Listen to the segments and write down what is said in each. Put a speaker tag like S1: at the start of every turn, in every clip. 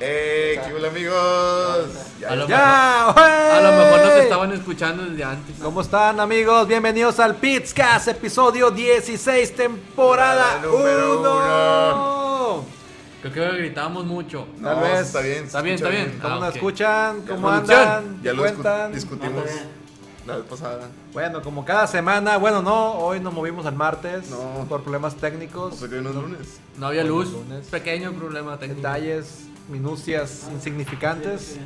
S1: ¡Eh! ¿Qué hola, amigos?
S2: A lo,
S3: ¡Ya!
S2: Mejor, a lo mejor nos
S3: ¡Wey!
S2: estaban escuchando desde antes.
S3: ¿Cómo están amigos? Bienvenidos al Pizcast, episodio 16, temporada
S1: Temporada número
S3: 1.
S2: Creo que gritábamos mucho.
S1: No,
S3: Tal vez.
S1: Está bien, se
S2: Está bien,
S1: escucha
S2: está bien.
S3: ¿Cómo
S2: Ah,
S3: nos
S2: ok.
S3: escuchan? ¿Cómo
S2: Producción.
S3: andan?
S1: Ya
S3: ¿Qué
S1: lo
S3: cuentan?
S1: discu- discutimos la vez pasada.
S3: Bueno, como cada semana, bueno, no, hoy nos movimos al martes
S1: No.
S3: por problemas
S1: O
S3: técnicos,
S1: sea que hoy no pues, es lunes.
S2: No había luz.
S3: Lunes.
S2: Pequeño problema técnico.
S3: detalles, minucias
S2: Ah,
S3: insignificantes.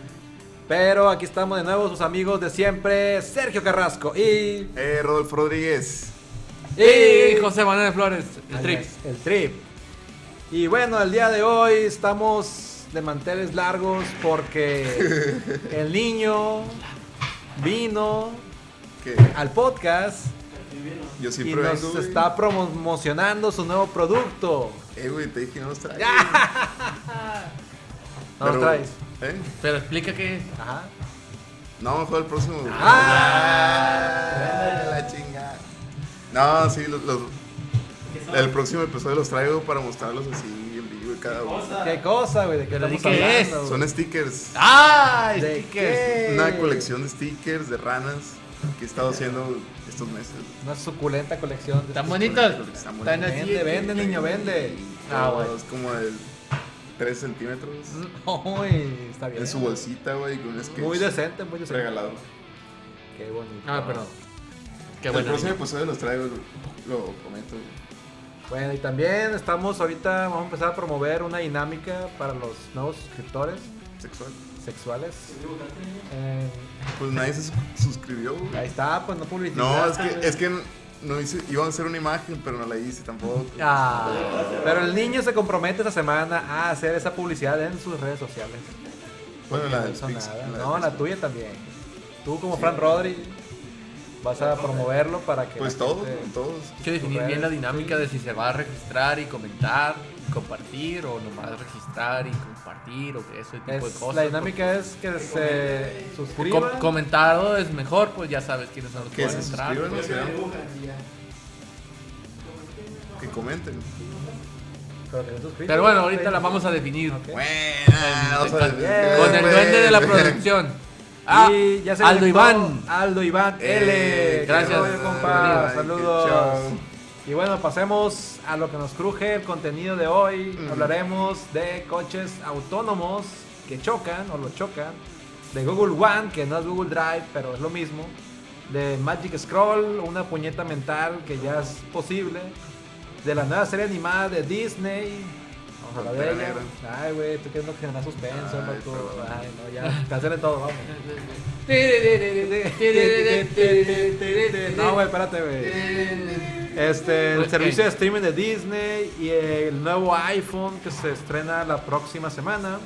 S3: Pero aquí estamos de nuevo, sus amigos de siempre, Sergio Carrasco y...
S1: ¡Eh, Rodolfo Rodríguez!
S2: Y José Manuel de Flores, el
S3: Así
S2: trip.
S3: es, El trip. Y bueno, el día de hoy estamos de manteles largos porque el niño vino
S1: Que
S3: al podcast
S1: yo
S3: y
S1: siempre
S3: nos
S1: vengo, güey.
S3: está promocionando su nuevo producto.
S1: Eh, güey, te dije que no los traes.
S3: ¿No lo
S1: Pero-
S3: traes?
S1: ¿Eh?
S2: Pero explica que.
S3: Ajá.
S1: No, mejor el próximo. güey.
S3: Ah.
S1: Ah, la chingada. No, sí, los, los- el próximo episodio los traigo para mostrarlos así en vivo y cada uno.
S3: Ah, ¿Qué cosa, güey? ¿De qué
S2: Pero di
S3: estamos
S2: qué
S3: hablando? güey?
S1: Son stickers.
S2: ¡Ay!
S3: ¿De
S2: stickers!
S3: qué?
S1: Una colección de stickers de ranas que he estado haciendo estos meses.
S3: Una suculenta colección. de-
S2: Están bonitos.
S1: Están
S2: Están
S1: bonitos.
S2: así.
S3: Vende, vende, niño, vende.
S1: Ah,
S2: Ah, güey.
S1: Es como de 3 centímetros.
S3: Uy, está bien.
S1: En su bolsita, güey, con un sketch
S3: Muy decente, muy decente.
S1: regalado.
S3: Qué bonito.
S2: Ah, perdón. Qué
S1: el
S2: bueno.
S1: próximo episodio los traigo, lo, lo comento. güey.
S3: Bueno, y también estamos ahorita, vamos a empezar a promover una dinámica para los nuevos suscriptores
S1: Sexual.
S3: sexuales. Eh,
S1: Pues nadie se su- suscribió, güey.
S3: ahí está, pues no publicidad.
S1: No, es que, es que no hice, iba a hacer una imagen, pero no la hice tampoco.
S3: Ah, pero el niño se compromete esta semana a hacer esa publicidad en sus redes sociales.
S1: Bueno, Ah, la del
S3: hizo
S1: Pix.
S3: nada.
S1: del
S3: No, la
S1: Pix.
S3: tuya también. Tú como
S1: Sí.
S3: Fran Rodri vas a promoverlo para que...
S1: Pues
S3: la
S1: todos,
S3: gente-
S1: todos.
S2: Hay que definir bien la dinámica de si se va a registrar y comentar y compartir o nomás registrar y compartir o que ese tipo
S3: Es-
S2: de Pues cosas.
S3: la dinámica es que se
S2: Porque
S3: suscriban.
S2: com- comentado es mejor, pues ya sabes quiénes son los que
S1: Que
S2: van a
S1: se
S2: entrar.
S1: suscriban,
S2: pues.
S1: o sea, que comenten.
S3: pero que se suscriban.
S2: Pero bueno, ahorita la vamos a definir.
S3: Ok.
S1: Buena, o sea,
S2: Con Con el
S1: güey.
S2: duende de la producción. Ah,
S3: y ya se
S2: Aldo
S3: conectó
S2: Iván.
S3: Aldo Iván L.
S1: Eh,
S2: gracias.
S3: Qué rollo, compa.
S1: Ay, qué
S3: Saludos.
S1: chao.
S3: Y bueno, pasemos a lo que nos cruje, el contenido de hoy. Hablaremos de coches autónomos que chocan o lo chocan. De Google One, que no es Google Drive, pero es lo mismo. De Magic Scroll, una puñeta mental que ya es posible. De la nueva serie animada de Disney. Vamos a hablar de
S1: Pantera
S3: ella. Ay, güey, tú quieres no generar suspenso,
S1: Ay,
S3: loco.
S1: perdón.
S3: Ay, no, ya. Cancelen todo, vamos. No, güey, espérate, güey. Este, el
S2: Ok.
S3: servicio de streaming de Disney y el nuevo iPhone que se estrena la próxima semana.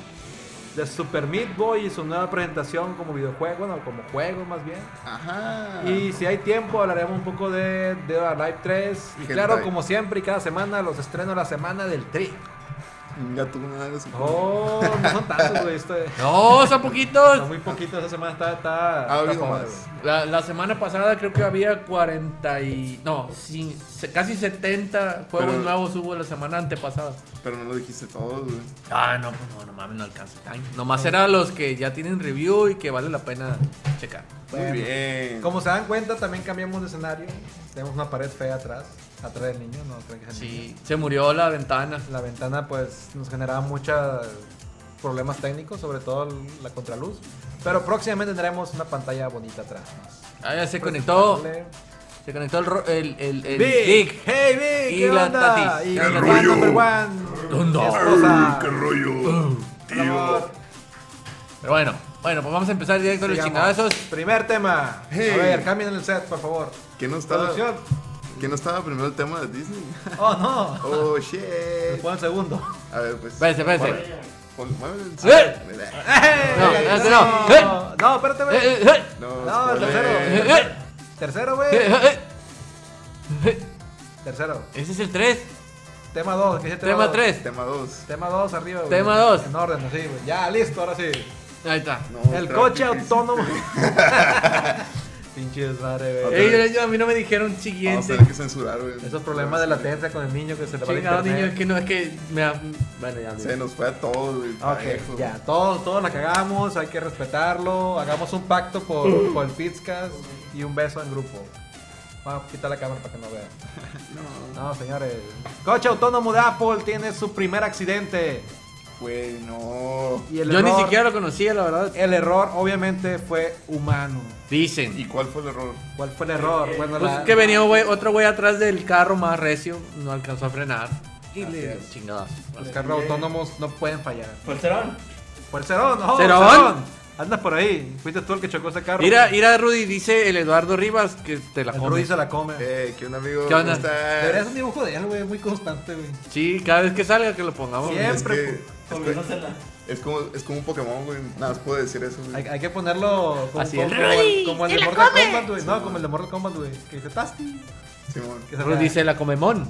S3: De Super Meat Boy y su nueva presentación como videojuego, bueno, como juego más bien.
S1: Ajá.
S3: Y si hay tiempo hablaremos un poco de de Live 3. Y
S1: Hentai.
S3: claro, como siempre y cada semana, los estrenos la semana del tri.
S1: Ya tú nada de eso.
S3: Oh, no son tantos, güey. esto-
S2: No, son
S3: Son
S2: poquitos.
S3: muy poquitos, esa semana está... está
S1: Ha
S3: está
S1: habido
S3: pobre,
S1: más.
S3: güey.
S2: La, la semana pasada creo que había 40 y... No, cin- se- casi 70 juegos
S1: Pero-
S2: nuevos hubo la semana antepasada.
S1: Pero no lo dijiste todo, güey.
S2: Ah, no, pues no, no mames, no alcanza. Ay, Nomás eran los que ya tienen review y que vale la pena checar.
S3: Bueno.
S1: Muy bien.
S3: Como se dan cuenta, también cambiamos de escenario. Tenemos una pared fea atrás, atrás del niño, no creo que sea el niño.
S2: Sí, se murió la ventana.
S3: La ventana pues nos generaba muchos problemas técnicos, sobre todo la contraluz. Pero próximamente tendremos una pantalla bonita atrás.
S2: Ah, ya se conectó.
S3: Presentable.
S2: Se conectó el... ro- el, el, el
S3: Big,
S2: Vic.
S3: hey Big,
S2: Y
S3: ¿qué
S2: la
S3: onda?
S2: Tatis.
S3: Y
S2: ¿Qué
S3: number
S1: rollo?
S3: one, number one.
S2: ¿Dónde?
S3: Esposa.
S1: rollo!
S3: Por favor,
S2: Pero bueno, bueno, pues vamos a empezar directo a los
S3: sigamos.
S2: chingadazos.
S3: Primer tema.
S1: Hey.
S3: A ver, cambien el set, por favor.
S1: ¿Quién no estaba?
S3: Producción.
S1: ¿Quién no estaba primero el tema de Disney?
S3: Oh no.
S1: Oh,
S3: Se
S1: shit.
S3: fue el segundo.
S1: A ver, pues.
S2: Espérense, espérense.
S1: Mueve. Pon- mueve el-
S2: ¡Eh! No, ese no.
S3: este no. No, espérate, güey.
S2: Eh, eh, eh,
S1: No,
S3: No, el
S1: spoiler.
S3: tercero.
S2: eh,
S3: Tercero,
S2: eh,
S3: güey.
S2: eh, eh.
S3: Tercero.
S2: Ese es el 3.
S3: Tema 2. ¿qué es el
S2: Tema
S3: dos?
S2: 3.
S1: Tema 2.
S3: Tema 2 arriba, güey.
S2: Tema dos.
S3: En orden, así, güey. Ya, listo, ahora sí.
S2: Ahí está.
S3: el coche autónomo. Pinche desmadre,
S1: Ok.
S3: güey.
S2: Ey, yo- yo- a mí no me dijeron
S1: Vamos a
S2: siguiente.
S1: tener que censurar, güey.
S3: Esos problemas de latencia con el niño que se le va
S2: Chingado,
S3: a
S2: niño, es que no, es que me da- Bueno, ya.
S1: Se nos fue a todos, güey. parejo.
S3: Ok, ya, todos, todos la cagamos, hay que respetarlo. Hagamos un pacto por, por el Pizcas y un beso en grupo. Vamos a quitar la cámara para que no vean. No. señores. Coche autónomo de Apple tiene su primer accidente.
S1: Güey, no.
S3: Y el
S2: Yo ni
S3: error-
S2: siquiera lo conocía, la verdad.
S3: El error, obviamente, fue humano.
S2: Dicen.
S1: ¿Y cuál fue el error?
S3: ¿Cuál fue el error? bueno,
S2: Pues
S3: la-
S2: que venía un güey- otro güey atrás del carro más recio, no alcanzó a frenar. Y
S1: Así
S2: le
S1: es.
S2: chingadas.
S3: Los carros autónomos no pueden fallar.
S4: Polterón.
S3: Por el Cerón, no,
S2: Cerón.
S3: Cerón. Andas por ahí. Fuiste tú el que chocó ese carro.
S2: Mira, mira Rudy, dice el Eduardo Rivas que te la
S3: El
S2: come.
S3: Rudy se la come.
S1: Eh, ¿qué onda, amigo?
S2: ¿Qué onda?
S1: ¿Cómo estás?
S3: Deberías un dibujo de él, güey. Muy constante, güey.
S2: Sí, cada vez que salga que lo pongamos.
S3: Sí,
S1: Es
S3: Siempre,
S1: que-
S3: pu-
S1: es que-
S4: Olvidósela.
S1: es como, es como un Pokémon, güey. Nada más puedo decir eso, güey.
S3: Hay, hay que ponerlo como,
S2: Así
S3: como-
S2: es.
S3: como el,
S2: Rudy,
S3: como el
S2: se
S3: de
S2: la
S3: Mortal
S2: come.
S3: Kombat, güey. No, como el de Mortal Kombat, güey. Que dice Tasty.
S1: Simón.
S3: Que se
S2: Rudy se la comemón.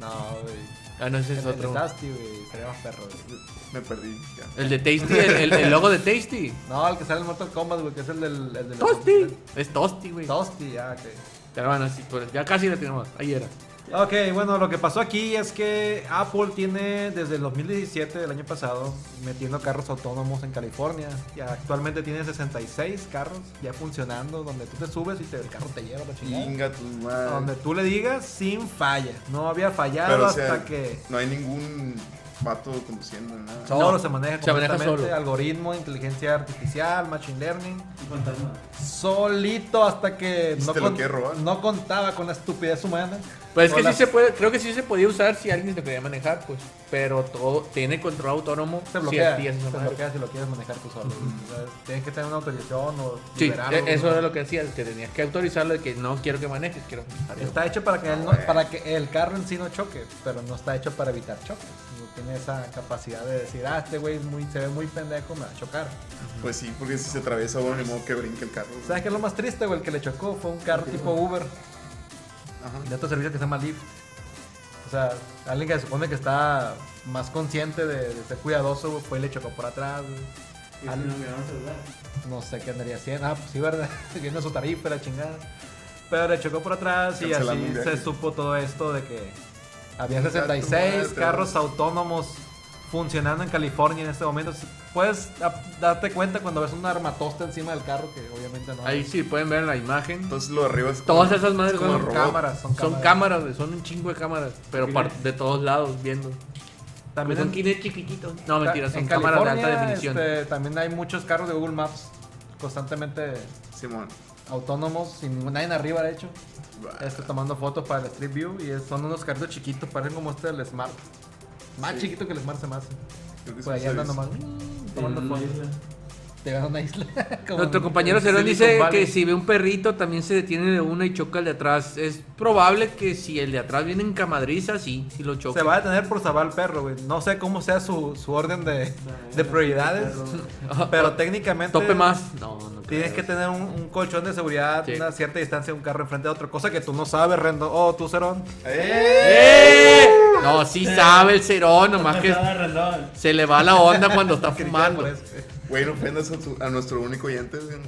S3: No, güey.
S2: Ah, no, ese
S3: El,
S2: es
S3: el de
S2: otro.
S3: Tasty, güey. Sería más perro, güey.
S1: Me perdí. ya.
S2: El de Tasty, el, el- el logo de Tasty.
S3: No, el que sale en Mortal Kombat, güey. Que es el del. El de los-
S2: Tosti. Es Tosti, güey.
S3: Tosti, ya, ok.
S2: Pero bueno, sí, pues, ya casi la tenemos. Ahí era.
S3: Ok, bueno, lo que pasó aquí es que Apple tiene desde el 2017, del año pasado, metiendo carros autónomos en California. Y actualmente tiene 66 carros ya funcionando, donde tú te subes y te- el carro te lleva la chingada.
S1: Chinga tu
S3: A Donde
S1: madre.
S3: tú le digas sin falla. No había fallado
S1: Pero, o
S3: hasta
S1: sea,
S3: que
S1: no hay ningún vato conduciendo, nada.
S3: solo
S2: no,
S3: se maneja
S2: se maneja
S3: completamente.
S2: solo.
S3: Algoritmo, inteligencia artificial, machine learning.
S4: Y fantasma.
S3: Solito hasta que
S1: Y
S3: no,
S1: te lo quiere robar.
S3: no contaba con la estupidez humana.
S2: Pues es
S3: O
S2: que
S3: la-
S2: sí se puede, creo que sí se podía usar si alguien se podía manejar, pues. Pero todo tiene control autónomo.
S3: Se
S2: si
S3: bloquea,
S2: activas esa
S3: se
S2: madre.
S3: bloquea si lo quieres manejar tú solo. O sea, tienes que tener una autorización o
S2: Sí,
S3: liberarlo,
S2: eh, eso
S3: ¿no?
S2: era lo que decía, que tenías que autorizarlo de que no quiero que manejes, quiero manejar yo.
S3: Está hecho para que, él no- para que el carro en sí no choque, pero no está hecho para evitar choques. No tiene esa capacidad de decir, ah, este güey es muy, se ve muy pendejo, me va a chocar.
S1: Pues sí, porque si se atraviesa uno, ni modo que brinque el carro. güey.
S3: ¿Sabes qué es lo más triste, güey? El que le chocó fue un carro tipo Uber
S1: Ajá.
S3: de otro servicio que se llama Lyft. O sea, alguien que se supone que está más consciente de, de ser cuidadoso, güey, fue y le chocó por atrás, güey.
S4: Y si Ah, no miraron el celular.
S3: No sé qué andaría haciendo. Ah, pues sí, ¿verdad? Viendo su tarifa, la chingada. Pero le chocó por atrás y
S1: Cancelando
S3: así
S1: un viaje.
S3: se supo todo esto de que había
S1: Chinga tu
S3: 66
S1: madre.
S3: carros autónomos funcionando en California en este momento. Puedes a- darte cuenta cuando ves un armatoste encima del carro, que obviamente no.
S2: Ahí sí pueden ver la imagen.
S1: Entonces lo de arriba es
S2: Todas
S1: como-
S2: esas madres
S1: como
S2: son
S1: robot.
S3: cámaras, son cámaras.
S2: Son cámaras, güey, son un chingo de cámaras, pero par- de todos lados viendo.
S3: También
S2: son
S3: en-
S2: kines chiquititos. Pues No,
S3: ta-
S2: mentira, son
S3: en
S2: cámaras de alta
S3: California,
S2: definición.
S3: este, también hay muchos carros de Google Maps constantemente
S1: Simón.
S3: autónomos, sin ningún- nadie arriba, de hecho.
S1: Bah.
S3: Este, tomando fotos para el Street View y es- son unos carritos chiquitos, parecen como este del Smart. Más
S1: Sí.
S3: chiquito que el Smart se me hace.
S1: Creo que
S3: Por
S1: sí
S3: ahí
S1: se
S3: andan
S1: dice.
S3: nomás mm, tomando
S4: En una
S3: fotos.
S4: isla.
S3: Te vas a una isla. como
S2: Nuestro
S3: en-
S2: compañero
S3: en
S2: Cerón
S3: Silicon
S2: dice
S3: Valley.
S2: que si ve un perrito también se detiene de una y choca el de atrás. Es probable que si el de atrás viene en camadriza, sí, sí lo choca.
S3: Se va a detener por salvar al perro, güey. No sé cómo sea su, su orden de, de prioridades, pero técnicamente...
S2: Tope más. No, no
S3: Tienes que
S2: creo.
S3: tener un, un colchón de seguridad,
S2: Sí.
S3: una cierta distancia de un carro enfrente de otro, cosa que tú no sabes, Rendo. Oh, tú, Cerón.
S1: ¡Eh!
S2: ¡Eh! No, sí sabe el Cerón, nomás que
S4: Estaba Rendón.
S2: se le va la onda cuando está
S3: Por
S2: fumando.
S3: eso.
S1: Güey, no ofendas a, tu- a nuestro único oyente. güey.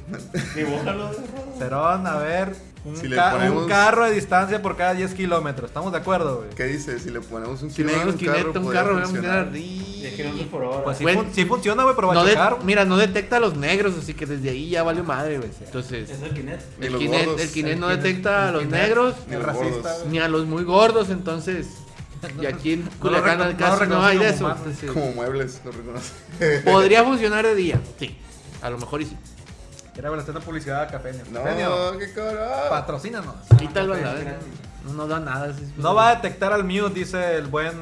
S4: Dibújalo.
S3: Cerón, a ver, un,
S1: Si le
S3: ca-
S1: ponemos-
S3: un carro de distancia por cada 10 kilómetros. ¿Estamos de acuerdo, güey?
S1: ¿Qué dice? Si le ponemos un
S2: Si le
S1: kinect a
S2: ponemos quineta, un
S1: podría
S2: carro, vamos a
S1: funcionar.
S2: mirar.
S4: Y es que no por hora.
S3: Pues sí,
S2: Bueno.
S3: fun- sí funciona, güey, pero va
S2: No
S3: a
S2: de-
S3: chocar.
S2: mira, no detecta a los negros, así que desde ahí ya valió madre, güey. Entonces,
S4: Es el Kinect.
S1: Ni
S2: el
S1: los
S2: Kinect,
S1: gordos.
S2: el Kinect
S3: El
S2: no
S3: Kinect-
S2: detecta a
S3: el
S2: los
S3: Kinect.
S2: negros
S1: Ni
S3: Es
S1: los
S3: racista,
S1: gordos.
S3: güey.
S2: ni a los muy gordos, entonces. Y aquí en
S3: No lo
S2: Culiacán
S3: recono- no
S2: casi
S3: lo
S2: no hay
S3: reconoce
S2: de eso.
S3: como humano.
S2: entonces,
S1: Como muebles, lo reconoce.
S2: Podría funcionar de día, sí. A lo mejor y sí.
S3: Era bueno, haciendo publicidad a Cafenio. Cafenio,
S1: No, qué cabrón.
S3: patrocínanos.
S2: Quita el balde.
S4: gratis.
S2: No nos da nada. ese-
S3: Ah, No va a detectar al Mute, dice el buen.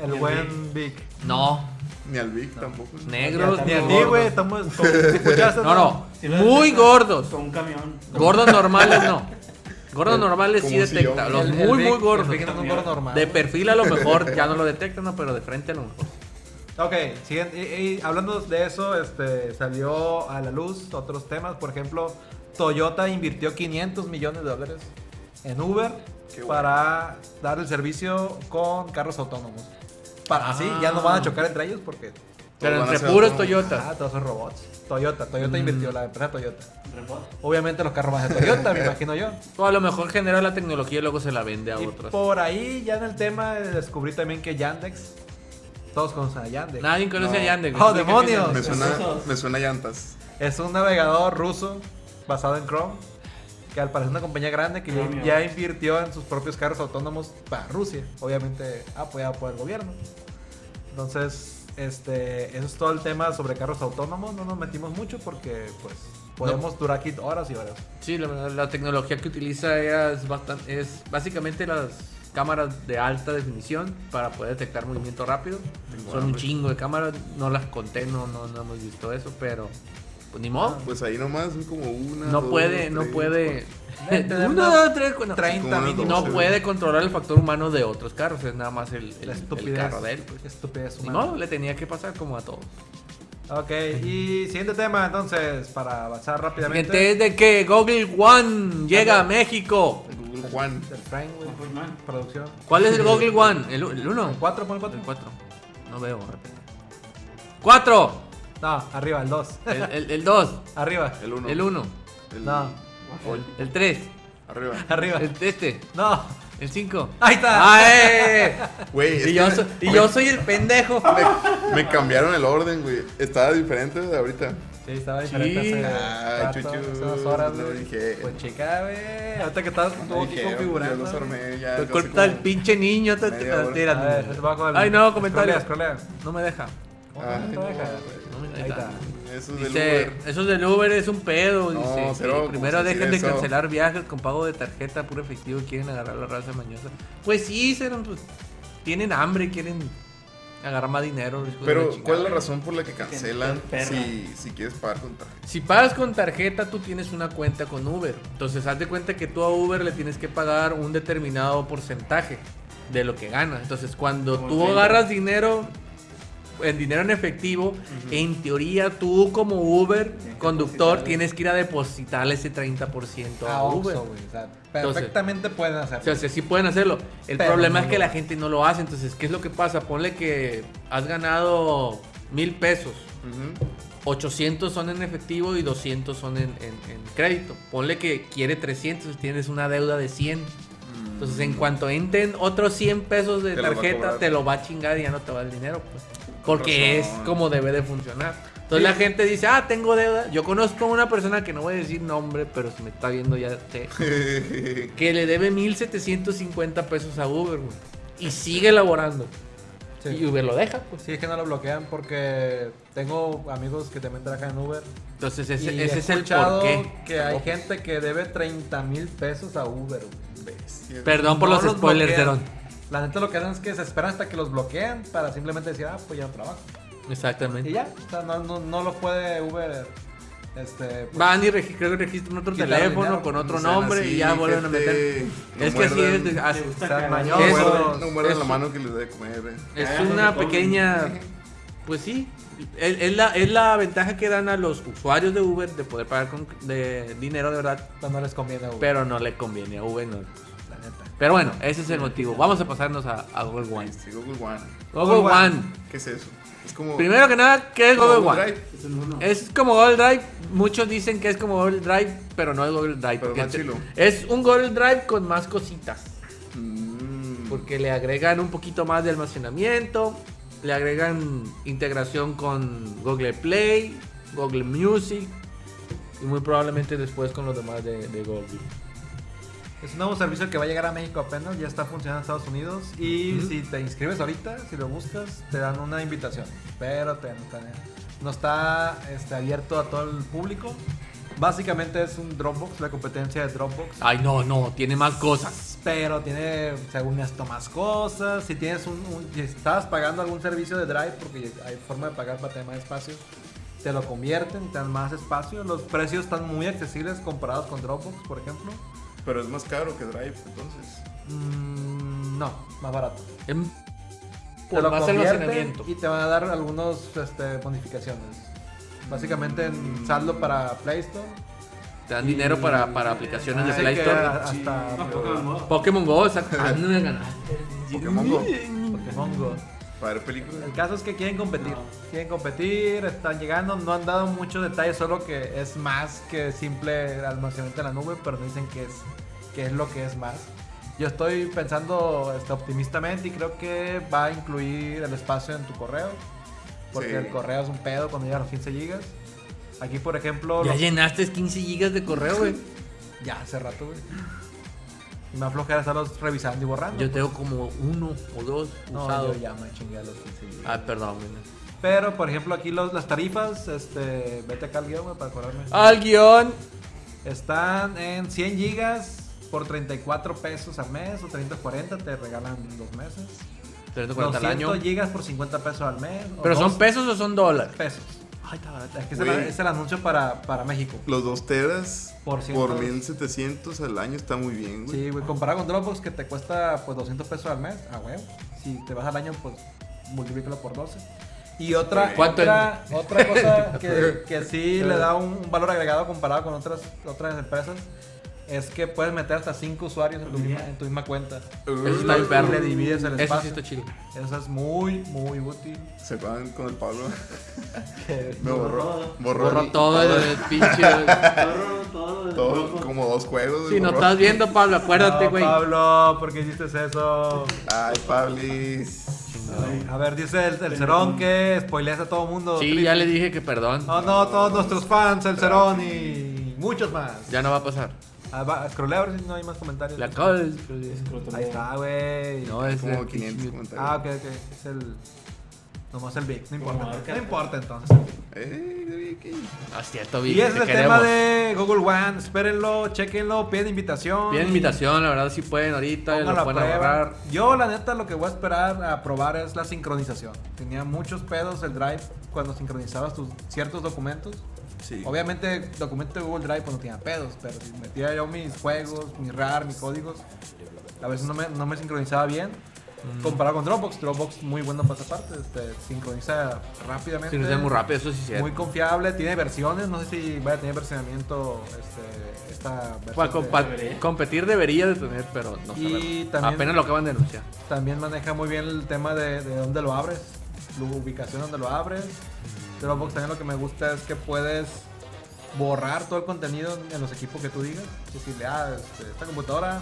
S3: El
S4: Ni al
S3: buen Vic.
S2: No,
S1: Ni al Vic tampoco.
S2: negros
S3: Ni
S2: ni
S3: a
S2: gordos.
S3: ti, güey. Estamos. como- ¿sí escuchaste,
S2: No, no.
S4: Si lo
S2: Muy
S3: "Ah,
S4: detectas
S2: gordos.
S4: Con un camión.
S2: Gordos normales no. Gordos normales sí
S1: Como un sillón.
S2: detecta.
S1: El-
S2: Los
S3: El- el
S2: muy,
S3: Vic-
S2: muy gordos.
S3: el Vic no es un gordo normal.
S2: De perfil a lo mejor ya no lo detectan, no, pero de frente a lo mejor.
S3: Ok, siguiente. Y, y hablando de eso, este, salió a la luz otros temas. Por ejemplo, Toyota invirtió 500 millones de dólares en Uber
S1: Qué bueno.
S3: para dar el servicio con carros autónomos. Para así,
S2: Ah.
S3: ya no van a chocar entre ellos porque
S2: Pero
S1: van a
S2: entre
S1: ser
S2: puros
S1: autónomos.
S2: Toyotas.
S3: Ah, todos son robots. Toyota, Toyota
S2: Mm.
S3: invirtió, la empresa Toyota.
S4: ¿Repot?
S3: Obviamente los carros van a ser Toyota, me imagino yo.
S2: O a lo mejor genera la tecnología y luego se la vende a
S3: Y
S2: otros.
S3: por ahí, ya en el tema, eh, descubrí también que Yandex. Todos conocen a Yandex.
S2: Nadie conoce a
S1: No.
S2: Yandex.
S3: ¡Oh,
S2: Explica qué es
S3: demonios!
S1: Me
S2: Yandex.
S1: suena, me suena llantas.
S3: Es un navegador ruso basado en Chrome, que al parecer es una compañía grande que ya,
S4: Chrome.
S3: ya invirtió en sus propios carros autónomos para Rusia, obviamente apoyado por el gobierno. Entonces, este, eso es todo el tema sobre carros autónomos, no nos metimos mucho porque pues podemos durar aquí horas y horas.
S2: Sí, la, verdad, la tecnología que utiliza ella es, bastan- es básicamente las cámaras de alta definición para poder detectar movimiento rápido.
S1: Tengo
S2: Son un
S1: hambre.
S2: chingo de cámaras, no las conté, no, no, no hemos visto eso, pero pues ni modo.
S1: Pues ahí nomás son como una.
S2: No
S1: dos,
S2: puede, no
S1: tres,
S2: puede.
S3: Tener
S2: Uno,
S3: una-
S2: dos, tres, cuatro.
S3: 30
S1: como unas
S3: minutos.
S2: No
S1: Sí.
S2: puede controlar el factor humano de otros carros, es nada más el, el,
S3: La
S2: el
S3: estupidez.
S2: carro de él. pues.
S3: Estupidez
S2: Ni
S3: humana.
S2: modo, le tenía que pasar como a todos.
S3: Ok, y siguiente tema entonces, para avanzar rápidamente.
S2: Gente, es de que Google One llega a
S3: Ándale.
S2: México.
S1: cuatro. Google Juan.
S3: Del Frank, güey,
S4: Juan Guzmán.
S3: producción.
S2: ¿Cuál es el Google One? ¿El, u- el uno?
S3: ¿El 4? ¿Pon el 4?
S2: El 4. No veo. repente. ¡Cuatro!
S3: No, arriba, el 2.
S2: El- El el 2.
S3: arriba.
S1: El uno.
S2: El 1.
S1: El-
S3: No,
S1: Ol-
S2: El 3.
S1: Arriba.
S3: arriba.
S2: El, Ah, este.
S3: No.
S2: El eh, 5.
S3: Ahí está.
S1: Güey, es
S2: Y yo,
S1: que
S2: so- y
S1: me-
S2: yo soy el pendejo.
S1: Me, me cambiaron el orden, güey. Estaba diferente de ahorita.
S3: Sí, estaba diferente
S2: Sí.
S3: hace,
S1: Ah,
S3: rato,
S1: chuchu,
S3: hace dos horas,
S1: no
S3: güey.
S1: dije.
S3: Pues chica, güey. Ahorita que estabas tú aquí
S1: Dijeron,
S3: configurando.
S1: Yo los armé ya.
S2: Por
S1: no sé
S2: culpa del
S1: cómo.
S2: pinche niño. te- te-
S1: Media hora.
S3: A
S2: tírate.
S3: ver, bajo el-
S2: Ay, no, comentarios.
S3: Scrollea,
S2: No me deja.
S3: scrollea.
S1: Ay,
S3: No,
S1: no,
S3: no deja.
S1: Ah, güey.
S2: No, ahí
S3: Ahí está.
S2: está.
S1: Eso es del
S2: Dice,
S1: Uber.
S2: eso del Uber es un pedo,
S1: No,
S2: dice.
S1: cero,
S2: que
S1: ¿cómo
S2: primero
S1: se
S2: dejen de
S1: dice eso?
S2: cancelar viajes con pago de tarjeta, puro efectivo, y quieren agarrar la raza mañosa. Pues sí, cero, pues, tienen hambre, quieren agarrar más dinero. hijos de
S1: Pero,
S2: chingada.
S1: ¿cuál es la razón por la que cancelan
S4: Perra.
S1: si, si quieres pagar con tarjeta?
S2: Si pagas con tarjeta, tú tienes una cuenta con Uber. Entonces, haz de cuenta que tú a Uber le tienes que pagar un determinado porcentaje de lo que ganas. Entonces, cuando
S4: Como
S2: tú
S4: el
S2: agarras dinero, en dinero en efectivo, en teoría tú como Uber
S4: Tienes que
S2: conductor
S4: depositarle.
S2: tienes que ir a depositarle ese 30% a,
S1: Ah,
S3: A
S2: Uber.
S3: Oxxo, güey. O sea, perfectamente pueden hacerlo.
S2: O sea, sí, sí pueden hacerlo. El
S3: Pero
S2: problema
S3: no
S2: es que
S3: lo
S2: la
S3: hacen.
S2: gente no lo hace. Entonces, ¿qué es lo que pasa? Ponle que has ganado mil pesos. 800 son en efectivo y 200 son en, en- en crédito. Ponle que quiere 300 y tienes una deuda de 100. Entonces, Pues en cuanto entren otros 100 pesos
S1: Te
S2: de
S1: los va a
S2: tarjeta,
S1: cobrar.
S2: te lo va a chingar y ya no te va el dinero. pues. Porque
S1: razón.
S2: es como debe de funcionar. Entonces la gente dice, ah, tengo deuda. Yo conozco a una persona que no voy a decir nombre, pero si me está viendo ya sé. Que le debe 1.750 pesos a Uber, güey. Y sigue elaborando.
S3: Sí.
S2: Y Uber lo deja, pues.
S3: Sí, es que no lo bloquean porque tengo amigos que también trabajan en Uber.
S2: Entonces ese,
S3: y
S2: ese
S3: he
S2: es el
S3: escuchado
S2: porqué.
S3: que hay gente que debe 30 mil pesos a Uber, güey.
S2: Perdón por
S3: No
S2: los spoilers,
S3: bloquean.
S2: Derón.
S3: La neta lo que hacen es que se esperan hasta que los bloquean para simplemente decir, ah, pues ya no trabajo.
S2: Exactamente.
S3: Y ya, o sea, no, no, no lo puede Uber. Este, pues,
S2: Van y regi- creo que registran otro
S3: Quitarle
S2: teléfono
S3: dinero,
S2: con otro
S1: No sean
S2: nombre
S1: así,
S2: y ya vuelven a
S1: gente,
S2: meter.
S1: no
S2: es que así
S1: muerdan,
S2: es. de- así-
S4: gusta
S3: están
S4: cagar.
S1: No
S3: mañosos.
S1: muerdan, no muerdan
S2: es-
S1: la mano que les da de comer, eh.
S2: es
S4: Cagan
S2: una
S4: donde comen.
S2: pequeña. Pues sí. Es, es la, es la ventaja que dan a los usuarios de Uber de poder pagar con de dinero de verdad.
S3: no, no les conviene a Uber.
S2: Pero no le conviene a Uber. no.
S3: la neta.
S2: Pero bueno, ese es el motivo. Vamos a pasarnos a, a Google One.
S1: Este, Google One.
S2: Google
S3: Google
S2: One.
S3: One.
S1: ¿Qué es eso? Es como.
S2: Primero que nada, ¿qué es
S1: como
S2: Google
S1: Google
S2: One?
S1: Drive,
S4: Es el uno.
S2: Es como Google Drive, muchos dicen que es como Google Drive, pero no es Google Drive.
S1: Pero
S2: porque
S1: más
S2: te-
S1: chilo.
S2: Es un Google Drive con más cositas,
S1: Mm.
S2: porque le agregan un poquito más de almacenamiento, le agregan integración con Google Play, Google Music y muy probablemente después con los demás de, de Google.
S3: Es un nuevo servicio que va a llegar a México apenas, ya está funcionando en Estados Unidos. Y si te inscribes ahorita, si lo buscas, te dan una invitación. Pero te- no está- no está este, abierto a todo el público. Básicamente es un Dropbox, la competencia de Dropbox.
S2: Ay, no, no, tiene más cosas.
S3: Pero tiene, según esto, más cosas. Si tienes un, un- si estás pagando algún servicio de Drive, porque hay forma de pagar para tener más espacio, te lo convierten, te dan más espacio. Los precios están muy accesibles comparados con Dropbox, por ejemplo.
S1: Pero es más caro que Drive, entonces.
S3: Mm, no, más barato.
S2: Em,
S3: Te
S2: Por
S3: lo
S2: más
S3: convierten
S2: almacenamiento.
S3: y te van a dar algunas este, bonificaciones. Básicamente en saldo para Play Store.
S2: Te dan dinero para, para aplicaciones de
S3: Así
S2: Play
S3: Ah, que
S2: Store.
S3: Hasta
S4: Tampoco me muevo.
S2: Pokémon Go, exacto. Ah, no me ganaste.
S1: Pokémon Go.
S3: Pokémon Go.
S1: para ver películas.
S3: El caso es que quieren competir.
S4: No.
S3: Quieren competir, están llegando, no han dado muchos detalles, solo que es más que simple almacenamiento en la nube, pero no dicen que es, que es lo que es más. Yo estoy pensando este, optimistamente y creo que va a incluir el espacio en tu correo, porque
S1: Sí.
S3: el correo es un pedo cuando llega a los 15 gigas. Aquí, por ejemplo,
S2: Ya
S3: los-
S2: llenaste 15 gigas de correo, güey.
S3: ya hace rato, güey. Y me aflojera estarlos revisando y borrando.
S2: Yo tengo como uno o dos
S3: no,
S2: usados.
S3: yo ya me chingué a los 15 gigas.
S2: Ah, perdón, güey.
S3: Pero, por ejemplo, aquí los, las tarifas, este, vete acá al guión, güey, para acordarme.
S2: Al guión.
S3: Están en 100 gigas por 34 pesos al mes o 340, te regalan dos meses.
S2: 340
S3: 200
S2: al año.
S3: gigas por 50 pesos al mes. o
S2: ¿Pero son
S3: dos
S2: pesos o son dólares?
S3: pesos. Ay, está barato. Es que es el,
S1: Güey.
S3: es el anuncio para, para México.
S1: Los dos teras
S3: Por ciento.
S1: por, 1700 al año está muy bien, güey.
S3: Sí, güey, comparado con Dropbox que te cuesta pues 200 pesos al mes, ah, güey. Si te vas al año, pues multiplícalo por 12. Y otra,
S2: ¿Cuánto
S3: otra, otra cosa que, que sí le da un, un valor agregado comparado con otras, otras empresas es que puedes meter hasta 5 usuarios
S2: Oh,
S3: en tu, misma, en tu misma cuenta.
S1: Uh,
S2: Eso está bien, perro.
S3: Y le divides el
S2: Eso sí
S3: espacio.
S2: está chido.
S3: Eso es muy, muy útil.
S1: Se van con el Pablo.
S3: Que-
S1: Me borró. Borró,
S2: Borró
S1: el-
S2: todo el pinche.
S4: Todo, todo, el
S1: todo,
S4: rojo.
S1: como dos juegos.
S2: Si no
S1: borró.
S2: estás viendo, Pablo, acuérdate,
S3: No,
S2: güey.
S3: Pablo, ¿por qué hiciste eso?
S1: Ay, Pablis.
S4: Ay,
S3: A ver, dice el, el Cerón que spoileas a todo mundo.
S2: Sí,
S3: Triple.
S2: ya le Ah, dije que perdón.
S3: No, no, todos nuestros fans, el Cerón y muchos más.
S2: Ya no va a pasar.
S3: Ah, va, scrollea a ver si no hay más comentarios.
S2: La acabo de-
S4: escroto.
S3: Ahí está, güey.
S2: No, es
S1: Como 500
S2: el pinche-
S1: comentarios.
S3: Ah, ok, ok. Es el. Nomás el Big. No importa.
S4: marca,
S3: No
S4: pues.
S3: importa entonces.
S1: Eh, de bien que-
S2: Ah, cierto, Vic,
S3: Y ese
S2: te
S3: es el
S2: queremos.
S3: tema de Google One. Espérenlo, chequenlo, piden invitación.
S2: Piden invitación, la verdad, si pueden ahorita,
S3: Pongan
S2: lo
S3: la
S2: pueden agarrar.
S3: prueba. Yo, la neta, lo que voy a esperar a probar es la sincronización. Tenía muchos pedos el Drive cuando sincronizabas tus ciertos documentos.
S1: Sí.
S3: Obviamente, documento de Google Drive pues, no tenía pedos, pero si metía yo mis juegos, mi RAR, mis códigos, a veces no me, no me sincronizaba bien.
S2: Mm.
S3: Comparado con Dropbox, Dropbox muy bueno para esa parte, este, sincroniza rápidamente.
S2: Si nos muy rápido, eso sí es cierto.
S3: muy confiable, tiene versiones, no sé si vaya a tener versionamiento este, esta versión.
S2: Para
S3: de-
S2: compa-
S4: Debería.
S2: competir debería de tener, pero no
S3: Y
S2: sabemos.
S3: también-
S2: Apenas lo acaban de anunciar.
S3: También maneja muy bien el tema de, de dónde lo abres, la ubicación donde lo abres. Dropbox también lo que me gusta es que puedes borrar todo el contenido en los equipos que tú digas. Decirle, ah, este, esta computadora,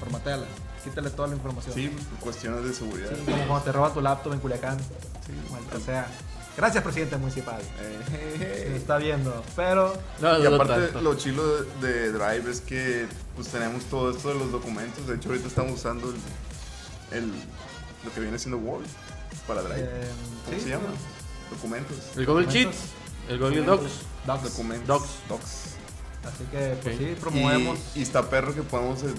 S3: formateala, quítale toda la información.
S1: Sí, cuestiones de seguridad.
S3: Sí, como cuando te roba tu laptop en Culiacán.
S1: Sí.
S3: maldita sea. Gracias, presidente municipal.
S1: Eh,
S3: Se lo está viendo, pero
S2: No,
S1: Y
S2: no
S1: aparte,
S2: tanto.
S1: lo chilo de, de Drive es que pues tenemos todo esto de los documentos. De hecho, ahorita estamos usando el, el- lo que viene siendo Word para Drive.
S3: Eh,
S1: ¿Cómo
S3: sí.
S1: se llama? Documentos.
S2: el Google
S3: documentos.
S2: Sheets, el Google Docs.
S3: docs.
S1: Documentos.
S2: Docs.
S1: Docs.
S3: Así que, pues
S2: Ok.
S3: sí, promovemos.
S1: Y, y está perro que podemos eh,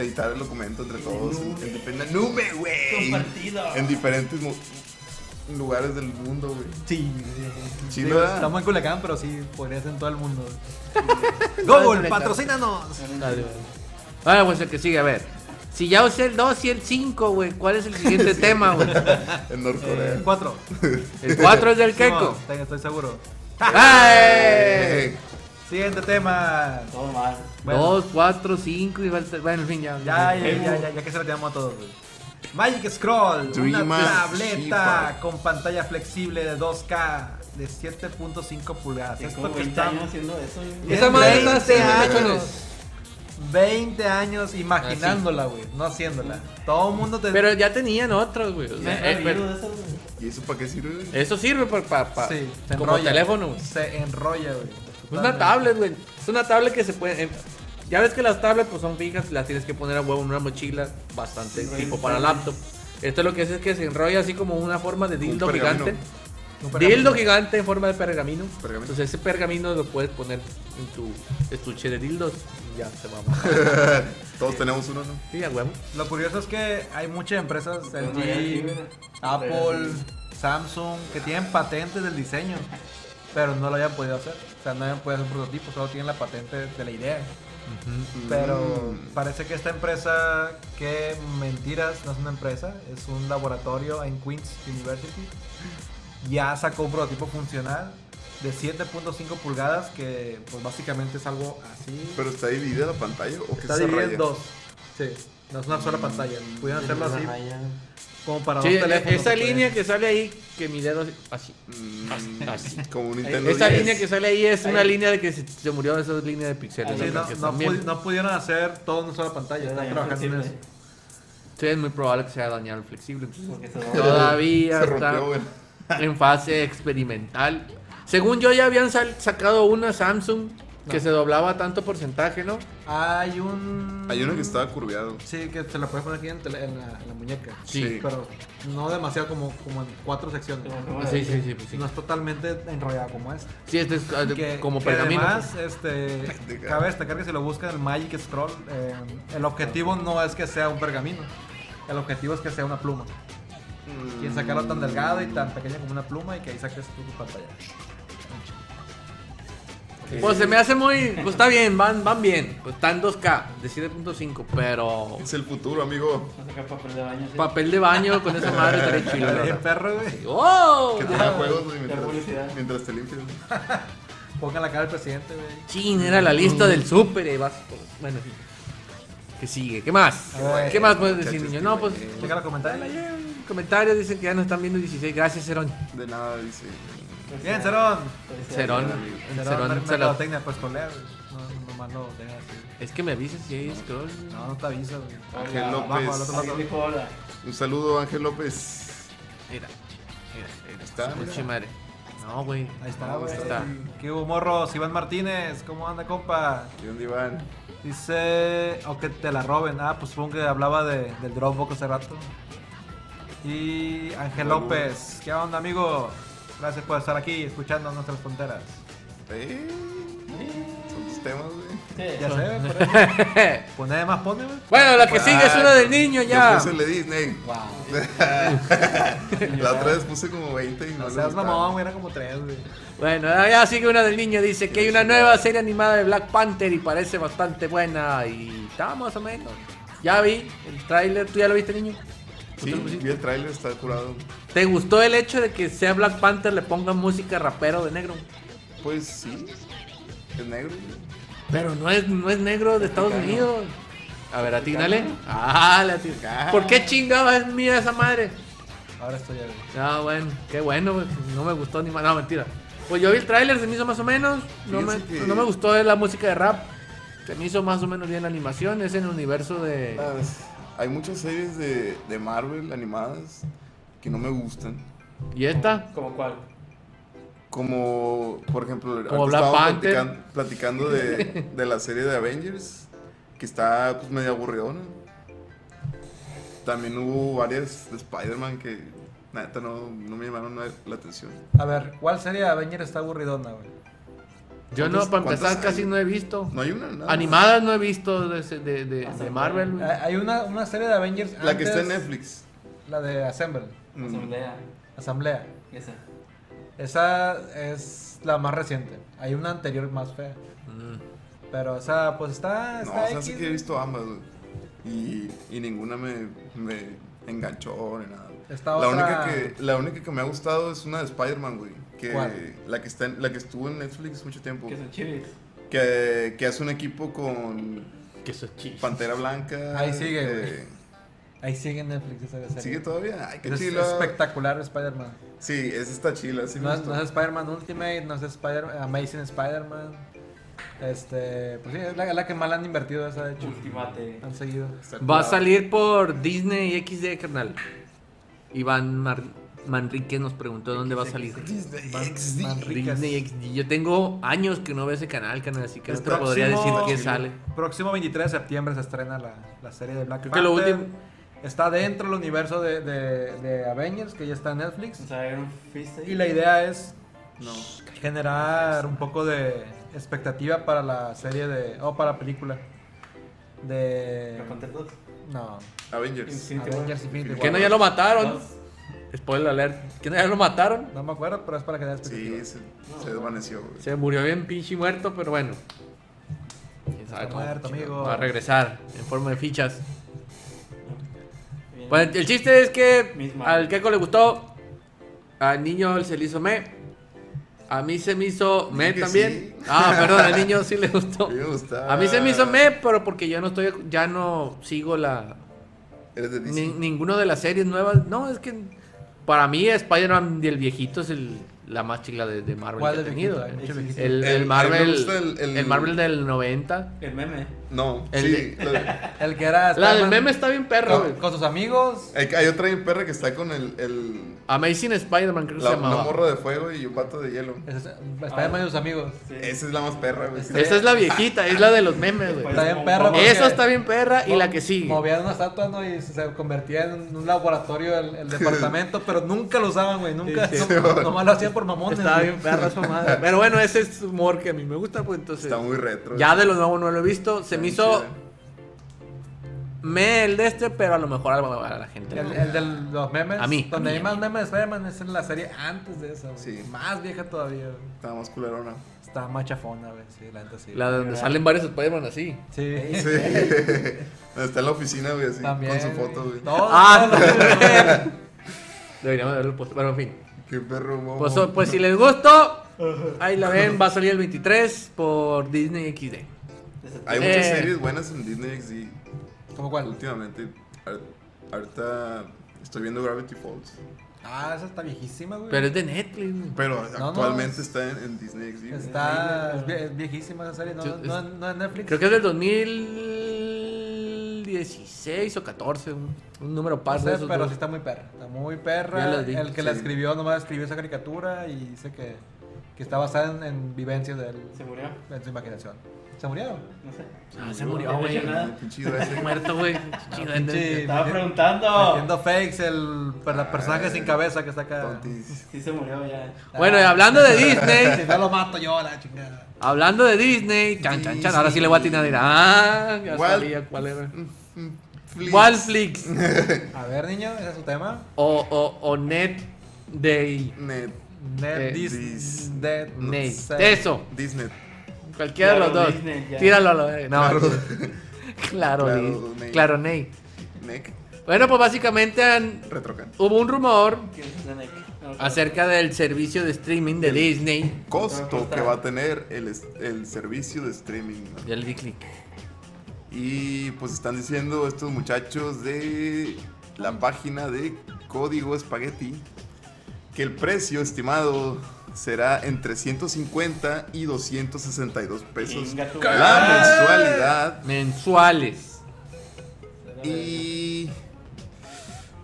S1: editar el documento entre todos. En, en dif- en la nube, güey.
S4: Compartido.
S1: En diferentes mu- lugares del mundo, güey.
S3: Sí, eh,
S1: Sí,
S3: digo,
S1: ¿verdad?
S3: estamos en Culiacán, pero sí, podría ser en todo el mundo. Google, patrocínanos.
S2: Dale, güey. Ahora, pues el que sigue, a ver. Si ya usé el 2 y el 5, güey, ¿cuál es el siguiente tema, güey?
S1: En Norcorea.
S3: Eh, cuatro.
S2: El 4 es del Keiko. Ah.
S3: Simón, te- estoy seguro.
S2: ¡Ay!
S1: Eh,
S3: Siguiente tema.
S4: Todo mal.
S3: Bueno.
S2: 2, 4, 5 y falta. Bueno, en fin, ya.
S3: Ya, ya, ya, ya, ya que se lo tenemos a todos. güey. Magic Scroll, una
S1: Dreamer
S3: tableta
S1: Sheepa.
S3: con pantalla flexible de 2K de 7.5 pulgadas.
S4: Tengo
S3: Esto que
S4: 20
S3: está
S4: años haciendo eso. güey.
S2: Esa madre está hace
S3: 20
S2: años.
S3: 20 años imaginándola, güey, no haciéndola. Todo el mundo te
S2: Ah, Pero ya tenían otros, güey. O
S4: Me
S2: sea,
S4: he
S2: eh, pero-
S4: sabido de eso, güey.
S1: ¿Y eso para qué sirve? güey?
S2: Eso sirve para,
S3: Sí, se
S2: como
S3: enrolla.
S2: teléfono. güey.
S3: Se enrolla, güey.
S2: Es una tablet, güey. Es una tablet que se puede. eh, ya ves que las tablets pues son fijas, las tienes que poner a huevo en una mochila bastante
S4: Sí,
S2: tipo
S4: sí.
S2: para laptop. Esto lo que hace es que se enrolla así como una forma de dildo
S1: pergamino.
S2: gigante.
S3: Un pergamino.
S2: Dildo gigante en forma de pergamino.
S1: Pergamino.
S2: Entonces ese pergamino lo puedes poner en tu estuche de dildos y ya se va a bajar.
S1: Todos tenemos uno, ¿no?
S2: Sí, a huevo.
S3: Lo curioso es que hay muchas empresas,
S4: no, ya sí,
S3: LG,
S4: güey.
S3: Apple, Samsung, que tienen patentes del diseño, pero no lo hayan podido hacer. O sea, no hayan podido hacer un prototipo, solo tienen la patente de la idea. Pero
S1: Mm.
S3: parece que esta empresa, que mentiras, no es una empresa, es un laboratorio en Queen's University, ya sacó un prototipo funcional de 7.5 pulgadas, que pues básicamente es algo así.
S1: Pero está dividida la pantalla o qué
S3: Está
S1: se
S3: dividida
S1: raya?
S3: en dos. Sí, no es una sola pantalla. Pudieron hacerlo así. Como para
S2: Sí, e-
S3: dos teléfonos. pues.
S2: esa
S3: se puede.
S2: línea que sale ahí, que mi dedo hace así.
S1: Mm,
S2: Así.
S1: como un Nintendo
S2: Esa
S1: 10.
S2: línea que sale ahí es una
S4: Ahí.
S2: línea de que se, se murió de esas líneas de píxeles.
S4: Ahí.
S2: ¿no?
S3: Sí, no,
S2: Que
S3: no
S2: también-
S3: pudi- no pudieron hacer todo en una sola pantalla. Están
S4: Daño
S3: trabajando en eso.
S4: flexible,
S2: Sí, es muy probable que sea dañado el flexible. entonces,
S4: porque se va-
S2: todavía
S1: se rompió,
S2: está
S1: güey.
S2: en fase experimental. Según yo, ya habían sal- sacado una Samsung que
S3: No.
S2: se doblaba tanto porcentaje, ¿no?
S3: Hay un.
S1: Hay uno que estaba curviado.
S3: Sí, que se la puedes poner aquí en, tele- en la, en la muñeca.
S2: Sí.
S3: Pero no demasiado como, como en cuatro secciones.
S4: Como que va-
S2: Sí, sí, sí. pues sí.
S3: No es totalmente enrollada como esta.
S2: Sí, este es ah, de-
S3: Que-
S2: como
S3: que
S2: pergamino.
S3: Además, este,
S1: Pendeja.
S3: cabe destacar que si lo buscan en Magic Scroll, eh, el objetivo no es que sea un pergamino. El objetivo es que sea una pluma. Quieren sacarlo tan delgado y
S1: Mm,
S3: tan pequeño como una pluma y que ahí saques tú tu pantalla.
S2: Pues se me hace muy. Pues está bien, van, van bien. Pues están 2K de 7.5, pero.
S1: Es el futuro, amigo.
S4: Va a sacar papel de baño. sí.
S2: Papel de baño con esa madre estaría chido, la
S3: Eh,
S2: verdad.
S3: perro, güey.
S2: ¡Oh!
S1: Que
S4: Ah,
S1: tenga juegos güey,
S4: la publicidad.
S1: mientras, mientras te limpias.
S3: Pongan la cara del presidente, güey.
S2: Chin, era la lista
S3: Mm.
S2: del súper. eh, vas- Bueno, ¿qué sigue? ¿Qué más?
S3: A ver,
S2: ¿Qué más puedes decir,
S1: muchachos,
S2: niño?
S1: qué
S2: No, pues.
S1: bueno.
S3: Checa los comentarios.
S2: Comentarios dicen que ya nos están viendo 16. Gracias, Cerón.
S1: De nada, dice.
S4: Felicidades.
S3: Bien, Cerón.
S4: Felicidades.
S2: Cerón.
S3: Cerón, mer-
S2: Cerón, se lo-
S3: mercadotecnia, pues colea, güey. No, nomás lo deja así.
S2: Es que me avisas si hay scroll.
S3: No, no te avisa, güey.
S4: Hola.
S1: Ángel
S3: Abajo, al
S1: López.
S3: otro lado.
S4: Alguien dijo hola.
S1: Un saludo, Ángel López.
S2: Mira, mira, mira.
S1: Está,
S2: su
S1: mira.
S2: pinche madre. No, güey.
S3: Ahí está,
S1: No,
S3: güey.
S1: ahí
S2: está.
S3: ¿Qué hubo, morros? Iván Martínez, ¿cómo anda, compa?
S1: ¿Y dónde iban?
S3: Dice, o que te la roben. Ah, pues supongo que hablaba de, del Dropbox hace rato. Y Ángel
S1: Salud.
S3: López, ¿qué onda, amigo? Gracias por estar aquí escuchando nuestras fronteras.
S1: Eh, Son tus temas, güey.
S4: Sí.
S3: Ya sé, por eso. Poné más, ponme, güey.
S2: bueno, la que sigue es
S1: Ah,
S2: una del niño ya.
S1: Yo puse el de Disney. La otra vez puse como 20 y no
S3: No
S1: les
S3: seas
S1: gustaba.
S3: mamón, güey, era como tres, güey.
S2: Bueno, ya sigue una del niño. Dice que hay una nueva serie animada de Black Panther y parece bastante buena. Y está más o menos. Ya vi el tráiler. ¿Tú ya lo viste, niño? ¿Tú
S1: Sí,
S2: te lo pusiste?
S1: vi el tráiler, está curado.
S2: ¿Te gustó el hecho de que sea Black Panther le ponga música rapero de negro?
S1: Pues sí, es negro. güey.
S2: Pero no es, no es negro de Estados
S4: Africano.
S2: Unidos. A ver, atínale. Ah, la atin-
S1: Ah.
S2: ¿Por qué chingada es mía esa madre?
S3: Ahora estoy ya, güey.
S2: Ah, bueno, qué bueno, güey. No me gustó ni más. No, mentira. Pues yo vi el tráiler, se me hizo más o menos. No me,
S1: Fíjense que-
S2: no me gustó la música de rap. Se me hizo más o menos bien la animación. Es en el universo de.
S1: Las- hay muchas series de, de Marvel animadas que no me gustan.
S2: ¿Y esta?
S4: ¿Como cuál?
S1: Como, por ejemplo,
S2: Como
S1: ahorita
S2: Black
S1: estábamos
S2: Panther.
S1: platican- platicando, de, de la serie de Avengers, que está pues medio aburridona. También hubo varias de Spider-Man que, la neta, no, no me llamaron la, la atención.
S3: A ver, ¿cuál serie de Avenger está aburridona, güey?
S2: Yo no,
S1: ¿Cuántas-
S2: para empezar,
S1: cuántas
S2: casi
S1: hay? Ah.
S2: no he visto.
S1: No hay una, nada. más.
S2: Animadas no he visto de, ese- de, de- de Marvel. güey.
S3: Ah, Hay una, una serie de Avengers.
S1: La que está en
S3: antes,
S1: Netflix.
S3: La de Assemble,
S1: Mm.
S4: Asamblea.
S3: Asamblea.
S4: Esa.
S3: Esa es la más reciente. Hay una anterior más fea.
S2: Mm.
S3: Pero esa, pues está.
S1: No,
S3: está
S1: o sea,
S3: X,
S1: sí que he visto ambas, güey. Y, y ninguna me, me enganchó ni nada. güey.
S3: Está
S1: La
S3: otra-
S1: única, que, la única que me ha gustado es una de Spider-Man, güey. Que,
S3: ¿Cuál?
S1: La que, está en- la que estuvo en Netflix mucho tiempo.
S4: Que son chivis.
S1: Que, que hace un equipo con
S2: Que eso es chis.
S1: Pantera Blanca.
S3: Ahí sigue, güey.
S1: eh,
S3: Ahí sigue en Netflix esa serie.
S1: ¿Sigue todavía? Ay, qué
S3: es
S1: chila.
S3: espectacular Spider-Man.
S1: Sí, es esta chila, sí me
S3: No, es-
S1: gustó.
S3: no es Spider-Man Ultimate, no es Spider Amazing Spider-Man. Este, pues sí, es la, la que más la han invertido esa, de hecho.
S4: Ultimate.
S3: Han seguido.
S1: Está
S2: Va a
S1: curada.
S2: salir por Disney XD, carnal. Iván Mar- Manrique nos preguntó dónde va a salir.
S1: Disney
S3: Man-
S1: XD.
S3: Manricas.
S2: Disney XD. Yo tengo años que no veo ese canal, carnal, así que no
S1: Es
S2: te podría decir
S3: próximo.
S2: qué
S1: Sí.
S2: sale.
S3: Próximo 23 de septiembre se estrena la, la serie de Black
S2: Creo que lo
S3: Panther.
S2: último-
S3: Está dentro del universo de, de, de Avengers, que ya está en Netflix.
S4: O sea, era un fist ahí.
S3: Y la idea es
S1: No.
S3: generar un poco de expectativa para la serie de. o para la película. De.
S4: ¿La Panther 2?
S3: No.
S1: Avengers.
S4: Infinity War.
S3: Avengers Infinity War.
S2: Que no ya lo mataron.
S4: Dos.
S2: Spoiler alert. Que no ya lo mataron.
S3: No me acuerdo, pero es para generar expectativa.
S1: Sí, se, se desvaneció, güey.
S2: Se murió bien pinche muerto, pero bueno. Quién sabe
S3: Está
S2: cómo
S3: muerto,
S2: chingado
S3: amigo.
S2: Va a regresar en forma de fichas.
S4: Bien.
S2: Bueno, el chiste es que
S4: Misma.
S2: al Keiko le gustó, al niño se le hizo me, a mí se me hizo me
S1: que
S2: también.
S1: sí. Ah.
S2: Ah, perdón, al niño sí le gustó.
S1: A mí me gustaba.
S2: A mí se me hizo me, pero porque yo no estoy, ya no sigo la,
S1: Eres de DC.
S2: Ni- ninguno de las series nuevas. No, es que para mí Spider-Man del viejito es el, la más chila de, de Marvel
S3: ¿Cuál
S2: que ha
S3: del
S2: tenido.
S3: viejito?
S4: Mucho
S2: El-
S4: viejito.
S1: El-
S2: El,
S1: a mí me
S2: Marvel,
S1: gusta el-
S2: el,
S1: el-
S2: Marvel del 90.
S4: El meme.
S1: No,
S2: El
S1: sí.
S2: de-
S1: lo-
S3: El que era.
S2: La del
S3: Spider-Man
S2: meme está bien
S1: Ah.
S2: perro. güey.
S3: Con, con sus amigos.
S1: hay, hay otra bien perra que está con el, el
S2: Amazing Spider-Man creo que
S1: la-
S2: se
S1: una
S2: llamaba.
S1: morra de fuego y un pato de hielo.
S3: Es- Spider-Man y sus amigos.
S4: Sí.
S1: Esa es la más perra, güey.
S3: Este-
S2: Esa es la viejita, es la de los memes, güey.
S3: Está bien perro. porque
S2: Esa está bien perra y la que sigue.
S3: Movían una estatua ¿no? y se convertía en un laboratorio el, el departamento, pero nunca lo usaban, güey. Nunca.
S4: Sí, sí.
S3: no- nomás lo hacían por mamones.
S2: Estaba
S3: güey.
S2: bien perra esa madre. Pero bueno, ese es humor que a mí me gusta, pues entonces.
S1: Está muy retro.
S2: Ya
S1: güey.
S2: de lo nuevo no lo he visto.
S1: Está
S2: Se me
S1: bien
S2: hizo
S1: chida.
S2: me el de este, pero a lo mejor a la a la gente. no.
S3: El, el de los memes.
S2: A mí.
S3: Donde
S2: A mí,
S3: hay
S2: a
S3: más
S2: mí.
S3: memes de Spider-Man es en la serie antes de esa, güey.
S1: Sí.
S3: Más vieja todavía, güey.
S1: Está más culerona.
S3: Está machafona, güey. Sí, la neta sí.
S2: La donde salen varios Spider-Man así.
S3: Sí.
S1: Sí. está en la oficina, güey, así.
S3: También.
S1: Con su foto, güey.
S3: No,
S2: Ah,
S3: no, no, no.
S2: Deberíamos haberlo puesto. Pero en fin.
S1: Qué perro, momo.
S2: Pues, oh, pues si les gustó, ahí la ven. Va a salir el 23 por Disney XD.
S1: Hay muchas
S2: Eh.
S1: series buenas en Disney XD.
S3: ¿Cómo cuál?
S1: Últimamente, ahor- ahorita estoy viendo Gravity Falls.
S3: Ah, esa está viejísima, güey.
S2: Pero es de Netflix. güey.
S1: Pero
S3: no,
S1: actualmente
S3: es-
S1: está en, en Disney XD. güey.
S3: Está es vie- es viejísima esa serie, no,
S2: Sí,
S3: no,
S2: es-
S3: no es Netflix.
S2: Creo que es del 2016 o 14. Un, un número
S3: No
S2: par de
S3: sé,
S2: esos
S3: pero
S2: dos.
S3: sí está muy perra. Está muy
S2: Ya
S3: perra.
S2: la vi,
S3: El que la
S1: sí.
S3: escribió nomás escribió esa caricatura y dice que, que está basada en, en vivencias de él,
S4: Se murió.
S3: en su imaginación. ¿Se murieron?
S4: No sé.
S2: Ah, se murió, güey.
S4: nada.
S1: El pinche duende.
S2: Está muerto, güey. Chido,
S3: pinche-
S4: Estaba
S3: Metiendo-
S4: preguntando.
S3: Haciendo fakes, el per- la personaje
S1: Ay,
S3: sin cabeza que está acá. Ah.
S1: Tontis.
S4: Sí se murió ya.
S2: Bueno, y hablando de
S3: Si
S2: Disney.
S3: no lo mato yo, la chingada.
S2: Hablando de Disney, chan, chan, chan. Ahora sí le voy a atinar. Ah, ya
S1: Wal-
S2: sabía cuál era.
S1: Flix.
S2: Walflix
S3: A ver, niño, ese es su tema.
S2: o, o, o Net Day.
S1: Net.
S3: Net
S2: Eh,
S3: Dis-
S1: Dis-
S3: Dead
S2: Nate.
S3: Set.
S2: Eso,
S1: Disney.
S2: cualquiera de
S4: Claro,
S2: los dos.
S4: Disney, ya.
S2: Tíralo a lo de. No,
S1: Claro.
S2: claro,
S1: Claro,
S2: Dis-
S1: Nate.
S2: claro, Nate.
S1: Nick.
S2: Bueno, pues básicamente han-
S1: Retrocan.
S2: hubo un rumor
S4: ¿Qué es la Nike? No, no.
S2: acerca del servicio de streaming de Disney.
S1: Costo que va a tener el, es- el servicio de streaming. ¿no?
S2: Ya le di clic.
S1: Y pues están diciendo estos muchachos de la página de Código Espagueti que el precio estimado será entre 150 y 262 pesos
S4: Chinga tu madre.
S1: la mensualidad.
S2: Mensuales.
S1: Y...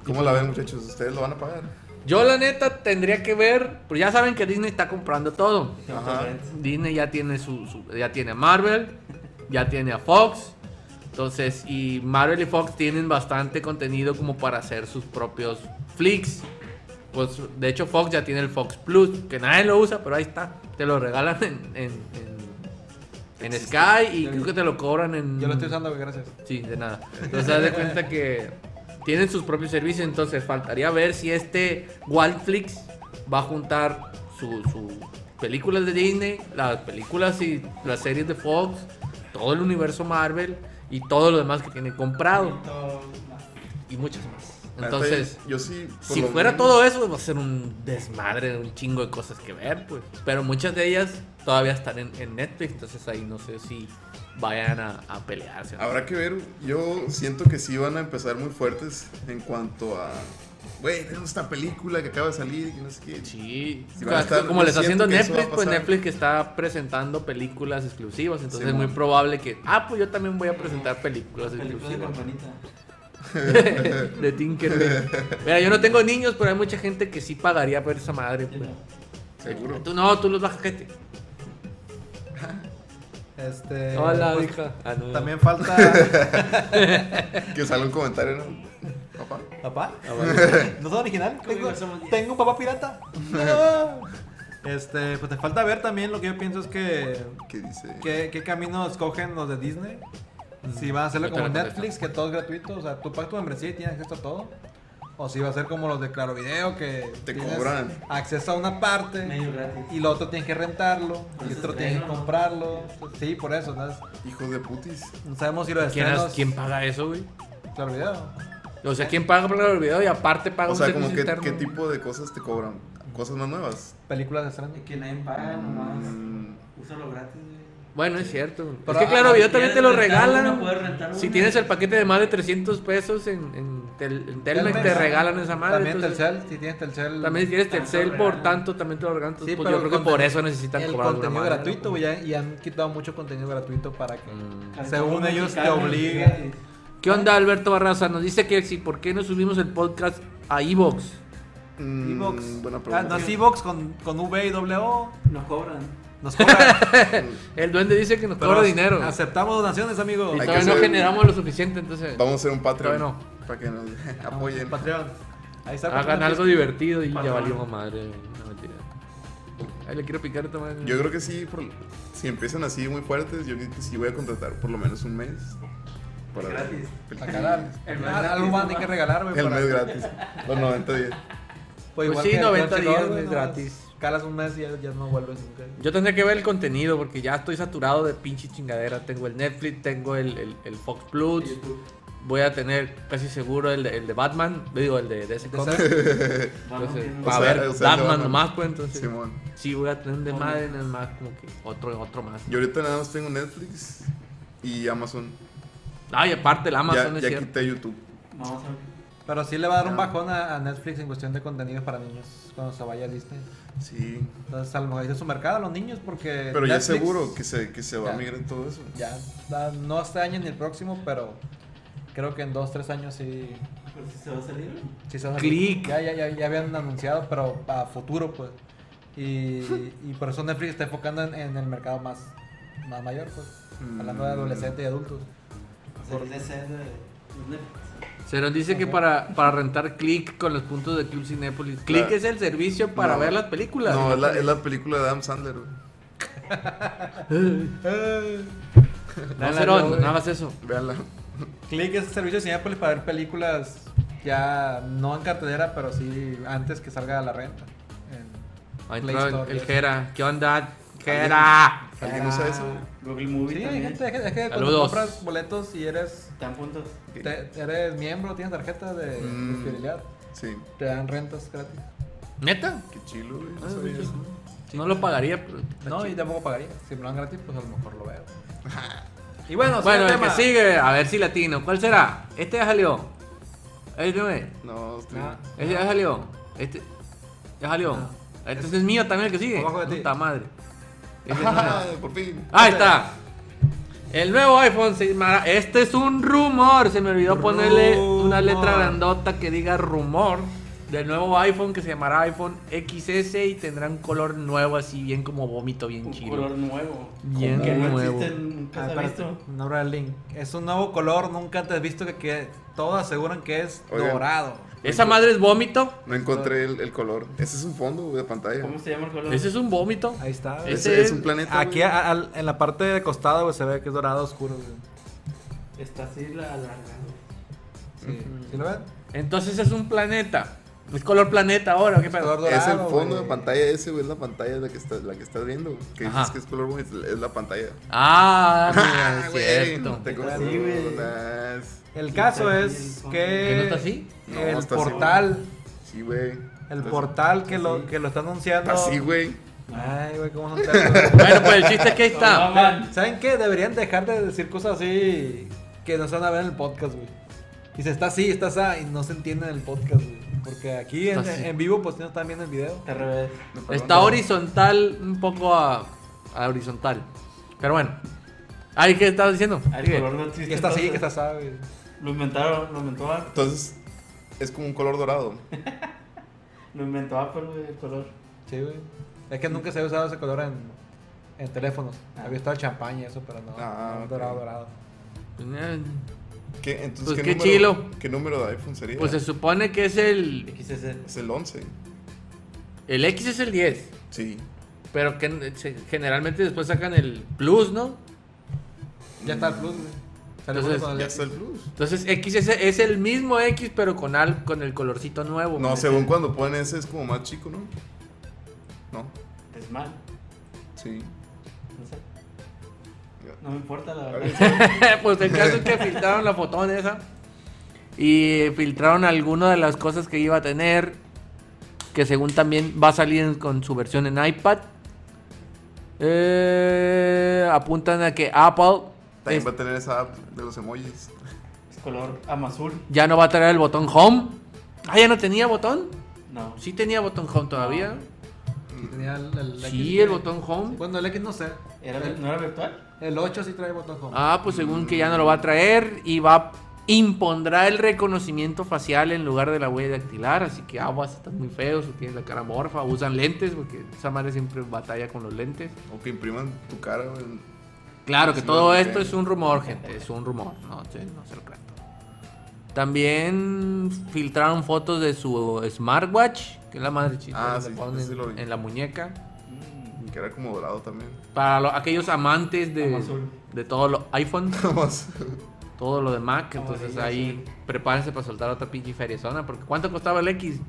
S1: ¿Cómo la ven muchachos? ¿Ustedes lo van a pagar?
S2: Yo la neta tendría que ver, pues ya saben que Disney está comprando todo.
S1: Ajá.
S2: Disney ya tiene su, su- ya tiene a Marvel, ya tiene a Fox. Entonces, y Marvel y Fox tienen bastante contenido como para hacer sus propios flicks. Pues de hecho Fox ya tiene el Fox Plus, que nadie lo usa, pero ahí está. Te lo regalan en, en, en- en
S1: Existe.
S2: Sky y creo que te lo cobran en...
S3: Yo lo estoy usando, güey, gracias.
S2: Sí, de nada. Entonces, haz de cuenta que tienen sus propios servicios. Entonces, faltaría ver si este Wildflix va a juntar sus películas de Disney, las películas y las series de Fox, todo el universo Marvel y todo lo demás que tiene comprado y muchas más.
S1: La neta,
S2: Entonces,
S1: yo sí... Ah, por
S2: si
S1: lo
S2: fuera
S1: mismo-
S2: todo eso, va a ser un desmadre, un chingo de cosas que ver, pues. Pero muchas de ellas todavía están en, en Netflix, entonces ahí no sé si vayan a, a pelearse.
S1: Habrá que ver, yo siento que sí van a empezar muy fuertes en cuanto a... Güey, tenemos esta película que acaba de salir y no sé qué.
S2: Sí,
S1: Sí,
S2: o
S1: van a
S2: sea,
S1: estar-
S2: como le está
S1: yo siento que
S2: haciendo
S1: eso va a
S2: Netflix, pues
S1: pasar.
S2: Netflix que está presentando películas exclusivas, entonces
S1: Sí,
S2: es muy
S1: mon.
S2: probable que, ah, pues yo también voy a presentar películas
S4: Película de
S2: exclusivas
S4: campanita.
S2: de Tinkerbell. Mira, yo no tengo niños, pero hay mucha gente que sí pagaría por esa madre.
S4: Yo
S2: pues.
S4: no.
S1: Seguro.
S2: Tú no, tú los bajas, gente.
S3: Este.
S2: Hola,
S3: pues,
S2: hija. Ah, no.
S3: También falta.
S1: Que salga un comentario, ¿no? Papá.
S3: ¿Papá?
S1: Ah,
S3: ¿No es original?
S4: Conmigo
S3: ¿Tengo,
S4: somos diez.
S3: tengo un papá pirata? No. Este, pues te falta ver también lo que yo pienso es que.
S1: ¿Qué dice?
S3: ¿Qué, qué camino escogen los de Disney? Si van a hacerlo
S2: Yo te
S3: como
S2: la contesto.
S3: Netflix, que todo es gratuito, o sea, tú pagas tu membresía y tienes acceso a todo. O si va a ser como los de Claro Video, que
S1: Te
S3: tienes
S1: cobran.
S3: acceso a una parte
S4: Medio gratis.
S3: y lo otro tienes que rentarlo,
S4: Pero
S3: y
S4: es
S3: otro
S4: estreno,
S3: tienes que
S4: ¿no?
S3: comprarlo. Sí, por eso, ¿no? Es-
S1: Hijos de putis.
S3: No sabemos si los
S2: ¿Quién, has-
S3: estrenos...
S2: quién paga eso, güey?
S3: Claro Video.
S2: O sea, ¿quién paga por el video y aparte paga
S1: O
S2: Ah, un
S1: sea, como
S2: servicio
S1: que,
S2: interno?
S1: qué tipo de cosas te cobran. Cosas más nuevas.
S3: Películas de estreno.
S4: Y que nadie paga nomás.
S1: Mm,
S4: Úsalo gratis, güey.
S2: Bueno, es cierto.
S3: Pero,
S2: es que claro,
S4: ah,
S2: yo
S4: si
S2: también
S4: quieres
S2: te lo
S4: rentar
S2: regalan.
S4: una, puedes rentar
S2: Si
S4: una.
S2: tienes el paquete de más de 300 pesos en, en Tel- en Telmex
S3: Telmex.
S2: te regalan esa madre.
S3: También
S2: entonces-
S3: Telcel, si tienes Telcel.
S2: También si quieres
S4: Tanto
S2: Telcel por
S4: real.
S2: tanto, también te lo regalan. entonces,
S3: Sí,
S2: pues,
S3: pero
S2: yo
S3: el
S2: creo que
S3: conten-
S2: por eso necesitan
S3: el
S2: cobrar pues. alguna
S3: contenido
S2: madre,
S3: gratuito,
S2: ¿no?
S3: güey, ya- y han quitado mucho contenido gratuito para que
S2: Mm.
S3: Según ellos, te
S4: Mexicano,
S3: obligan.
S4: fíjate.
S2: ¿Qué onda, Alberto Barraza? Nos dice que si por qué no subimos el podcast a Evox.
S1: Mm,
S3: Evox.
S1: buena
S3: Ah,
S1: pregunta.
S3: no es Evox con, con V y W.
S4: Nos cobran.
S3: Nos cobra,
S2: El duende dice que nos
S3: pero
S2: cobra dinero.
S3: Aceptamos donaciones, amigo.
S2: Y
S1: que
S2: todavía no
S1: hacer-
S2: generamos lo suficiente, entonces
S1: Vamos a hacer un Patreon
S2: Todavía
S1: para que nos apoyen.
S3: Patreon. Ahí está.
S2: hagan
S3: Patreon.
S2: algo divertido y ya
S4: Patrón.
S2: valió madre. No, mentira. Ahí le quiero picar esta madre.
S1: Yo creo que sí, por- si empiezan así muy fuertes, yo creo que sí voy a contratar por lo menos un mes. Para
S4: Gratis.
S3: Para cagar.
S4: El
S3: Ah,
S4: más gratis,
S3: Algo van a tener que
S4: ¿no?
S3: regalar, güey.
S1: El
S3: para-
S1: mes gratis. Los 90 días.
S3: Pues
S2: Pues
S3: igual
S2: sí,
S3: que el
S2: 90
S3: Crunchyroll,
S2: días,
S3: güey,
S2: es
S3: no, Pues
S2: gratis.
S3: Calas un mes y ya, ya no vuelves nunca.
S2: Yo tendría que ver el contenido porque ya estoy saturado de pinche chingadera. Tengo el Netflix, tengo el, el- el Fox Plus.
S4: YouTube.
S2: Voy a tener casi seguro el, de- el de Batman. Digo, el de DC Comics.
S4: Vamos
S2: Entonces,
S4: viendo.
S2: para
S1: O sea, o
S2: ver
S1: sea, el de
S2: Batman
S1: Batman.
S2: nomás, pues entonces.
S1: Simón.
S2: Sí, voy a tener de madre en el más, como que otro, otro más.
S1: Yo ahorita nada más tengo Netflix y Amazon.
S2: Ay, aparte el Amazon
S1: ya
S2: es
S1: ya
S2: cierto.
S1: quité YouTube.
S4: Vamos a ver.
S3: Pero sí le va a dar un
S1: Ah.
S3: bajón a, a Netflix en cuestión de contenidos para niños cuando se vaya a Disney.
S1: Sí.
S3: Entonces a lo mejor es su mercado a los niños porque.
S1: Pero ya es
S3: Netflix-
S1: seguro que se, que se va a
S3: Ya.
S1: migrar todo eso.
S3: Ya, da- no este año ni el próximo, pero creo que en dos, tres años sí,
S4: Pero si se va a salir.
S3: sí se va a
S2: Click.
S3: Ya, ya, ya, ya habían anunciado, pero a futuro, pues. Y, y por eso Netflix está enfocando en, en el mercado más, más mayor, pues. Hablando de
S1: Mm.
S3: adolescentes y adultos.
S4: Salir de ser de de Netflix.
S2: Serón dice que para, para rentar Click con los puntos de Club Cinépolis. Click
S1: Claro.
S2: es el servicio para
S1: No.
S2: ver las películas.
S1: No, es la, es la película de Adam Sandler. güey.
S3: Eh,
S2: No,
S3: Dale,
S2: Cerón,
S3: no, güey.
S2: nada más eso.
S1: Véanla.
S3: Click es el servicio de Cinepolis para ver películas ya no en cartelera, pero sí antes que salga a la renta. En
S2: Ahí
S3: Play
S2: entró
S3: Store,
S2: el
S3: ya.
S2: Jera. ¿Qué onda, Jera?
S1: ¿Alguien usa
S4: Ah,
S1: eso? güey?
S4: Google Movie
S3: Sí, hay
S4: también.
S3: gente, hay gente que cuando
S2: Saludos.
S3: compras boletos y eres
S4: Están puntos.
S3: Te- eres miembro, tienes tarjeta de,
S1: Mm.
S3: de fidelidad,
S1: Sí.
S3: te dan rentas gratis.
S2: ¿Neta?
S1: Qué chilo, güey. No
S2: Ah,
S1: sabía
S2: sí.
S1: eso.
S2: No lo pagaría, pero...
S3: No, y tampoco pagaría. Si me lo dan gratis, pues a lo mejor lo veo. y bueno,
S2: bueno,
S3: siguiente
S2: el que
S3: tema.
S2: sigue, a ver si latino. ¿Cuál será? Este ya salió. Este no es.
S1: No, estoy.
S3: Ah,
S2: Este ya salió. Este ya salió.
S3: No.
S2: Entonces es mío también el que sigue.
S3: Abajo de ti. Este.
S2: Puta madre. Este no es.
S1: Ah, por fin.
S2: Ahí está. El nuevo iPhone se llamará- Este es un rumor. Se me olvidó ponerle una letra
S3: Rumor.
S2: grandota que diga rumor. Del nuevo iPhone que se llamará iPhone XS y tendrá un color nuevo así bien como vómito, bien
S4: Un
S2: chido.
S4: color nuevo.
S2: Bien
S4: que no
S2: nuevo.
S4: existe, nunca
S3: Ah,
S4: se ha
S3: espérate,
S4: Pues, visto.
S3: no habrá el link. Es un nuevo color, nunca antes visto que, que todos aseguran que es
S1: Oigan.
S3: dorado.
S2: Esa madre es vómito.
S1: No encontré el, el color. Ese es un fondo güey, de pantalla.
S4: ¿Cómo se llama el color?
S2: Ese es un vómito.
S3: Ahí está. güey.
S2: Ese
S1: Ese es
S2: es-
S1: un planeta.
S3: Aquí
S1: güey.
S3: a- al- en la parte de costado güey, se ve que es dorado oscuro. güey.
S4: Está así la alargado.
S3: Sí. ¿Sí lo ven?
S2: Entonces es un planeta. Es color planeta ahora. ¿qué
S3: Es
S2: pedo?
S3: color dorado.
S1: Es el fondo
S3: güey.
S1: de pantalla ese, güey. Es la pantalla la que, está, la que estás viendo. güey. Que
S2: Ajá.
S1: dices que es color bonito. Es la pantalla.
S2: Ah, mira, es
S1: güey,
S2: cierto.
S1: no te
S4: Sí,
S1: confundas.
S3: El caso
S4: Está
S3: es
S4: bien,
S3: que.
S2: ¿Que no está así?
S1: No,
S3: el
S1: está así,
S3: portal.
S1: Sí, güey.
S3: El
S1: Estás-
S3: portal que lo,
S4: sí.
S3: que lo está anunciando.
S1: Está así, güey.
S3: Ay, güey, cómo son tercos.
S2: Bueno, pues el chiste es que ahí
S4: No,
S2: está.
S4: maman.
S3: ¿Saben qué? Deberían dejar de decir cosas así que no se van a ver en el podcast, güey. Dice, está así, está así, y no se entiende en el podcast, güey. Porque aquí en,
S2: Está así.
S3: en vivo, pues no están viendo el video.
S4: Está al revés.
S1: No, perdón,
S2: Está
S1: perdón.
S2: horizontal, un poco a, a horizontal. Pero bueno. Ahí que estaba diciendo.
S4: Ah, El
S2: Sigue.
S4: color no existe.
S3: Que está así, que
S4: entonces.
S3: está así, güey.
S4: Lo inventaron, lo inventó, Apple,
S1: Entonces, es como un color dorado.
S4: lo inventó Apple, güey, el color.
S3: Sí, güey. Es que nunca se había usado ese color en, en teléfonos.
S4: Ah.
S3: Había estado el champaña y eso, pero no.
S1: Ah,
S3: no,
S1: ok.
S3: Dorado, dorado.
S2: Eh,
S1: ¿Qué, entonces,
S2: Pues
S1: ¿qué,
S2: qué
S1: número,
S2: chilo.
S1: ¿Qué número de iPhone sería?
S2: Pues se supone que es el.
S4: XS.
S1: Es el 11.
S2: El X es el 10.
S1: Sí.
S2: Pero que se- generalmente después sacan el Plus, ¿no?
S3: Ya está el plus, güey. Salió
S2: Entonces,
S3: junto con el
S1: Ya
S3: X.
S1: está el plus.
S2: Entonces X es, es el mismo X, pero con, al- con el colorcito nuevo.
S1: No, según cuando ponen ese es como más chico, ¿no? No,
S4: Es mal.
S1: sí.
S4: No sé. No me importa, la
S1: A
S4: verdad.
S1: ver,
S2: pues el caso es que filtraron la fotón esa. Y filtraron algunas de las cosas que iba a tener. Que según también va a salir en- con su versión en iPad. Eh, apuntan a que Apple.
S1: También
S2: es-
S1: va a tener esa app de los emojis.
S4: color amazul.
S2: Ya no va a traer el botón home. Ah, ya no tenía botón.
S4: No.
S2: Sí tenía botón home todavía.
S5: Sí, tenía el, el
S2: Sí, el botón home.
S5: Bueno, el X no sé.
S4: ¿Era, ¿No era virtual?
S5: El 8 sí trae botón home.
S2: Ah, pues según que ya no lo va a traer y va impondrá el reconocimiento facial en lugar de la huella dactilar, así que aguas, están muy feos, o tienes la cara morfa, o usan lentes, porque esa madre siempre batalla con los lentes.
S1: O que impriman tu cara, güey.
S2: Claro que
S1: Sí,
S2: todo
S1: ok.
S2: esto es un rumor, gente, es un rumor, no, sí, no se lo crean. También filtraron fotos de su smartwatch, que es la madre chida
S1: Ah,
S2: que
S1: sí,
S2: le ponen
S1: ese lo vi.
S2: en la muñeca.
S4: Mm,
S1: Que era como dorado también.
S2: Para lo- aquellos amantes de,
S4: Azul.
S2: de todos los iPhones.
S1: Vamos.
S2: todo lo de Mac.
S4: Amarillo,
S2: Entonces ahí prepárense para soltar otra pinche feriezona. Porque ¿cuánto costaba el X?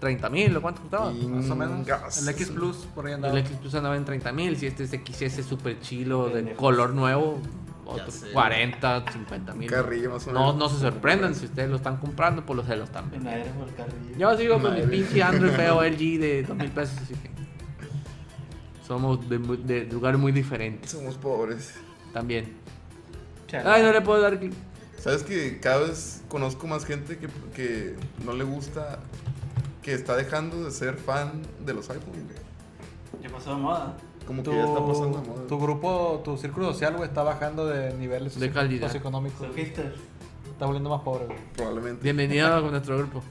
S2: ¿30 mil o cuánto costaba?
S5: Más o menos.
S1: Ingas.
S5: El X Plus, por ahí andaba.
S2: El X Plus andaba en 30 mil. Si este es XS super chilo de
S4: Pendejos.
S2: color nuevo, otro
S1: sé.
S2: 40, 50
S1: Un
S2: mil.
S1: carrillo más o
S2: No,
S1: menos.
S2: no se sorprendan si ustedes lo están comprando, pues los se lo están
S4: En
S2: vendiendo.
S4: aire por el carrillo.
S2: Yo sigo con mi
S1: Madre.
S2: pinche Android feo LG de 2 mil pesos. así que somos de, mu- de lugares muy diferentes
S1: Somos pobres.
S2: también.
S4: Chale.
S2: Ay, no le puedo dar clic.
S1: Sabes que cada vez conozco más gente que, que no le gusta, que está dejando de ser fan de los iPhones. güey.
S4: Ya pasó de moda.
S1: Como
S5: Tu,
S1: que ya está pasando de moda.
S5: tu grupo, tu círculo social, güey, está bajando de niveles
S2: De
S5: socio-
S2: calidad.
S5: socioeconómicos.
S4: Soy hipster.
S5: Está volviendo más pobre, güey.
S1: Probablemente.
S2: Bienvenido a nuestro grupo.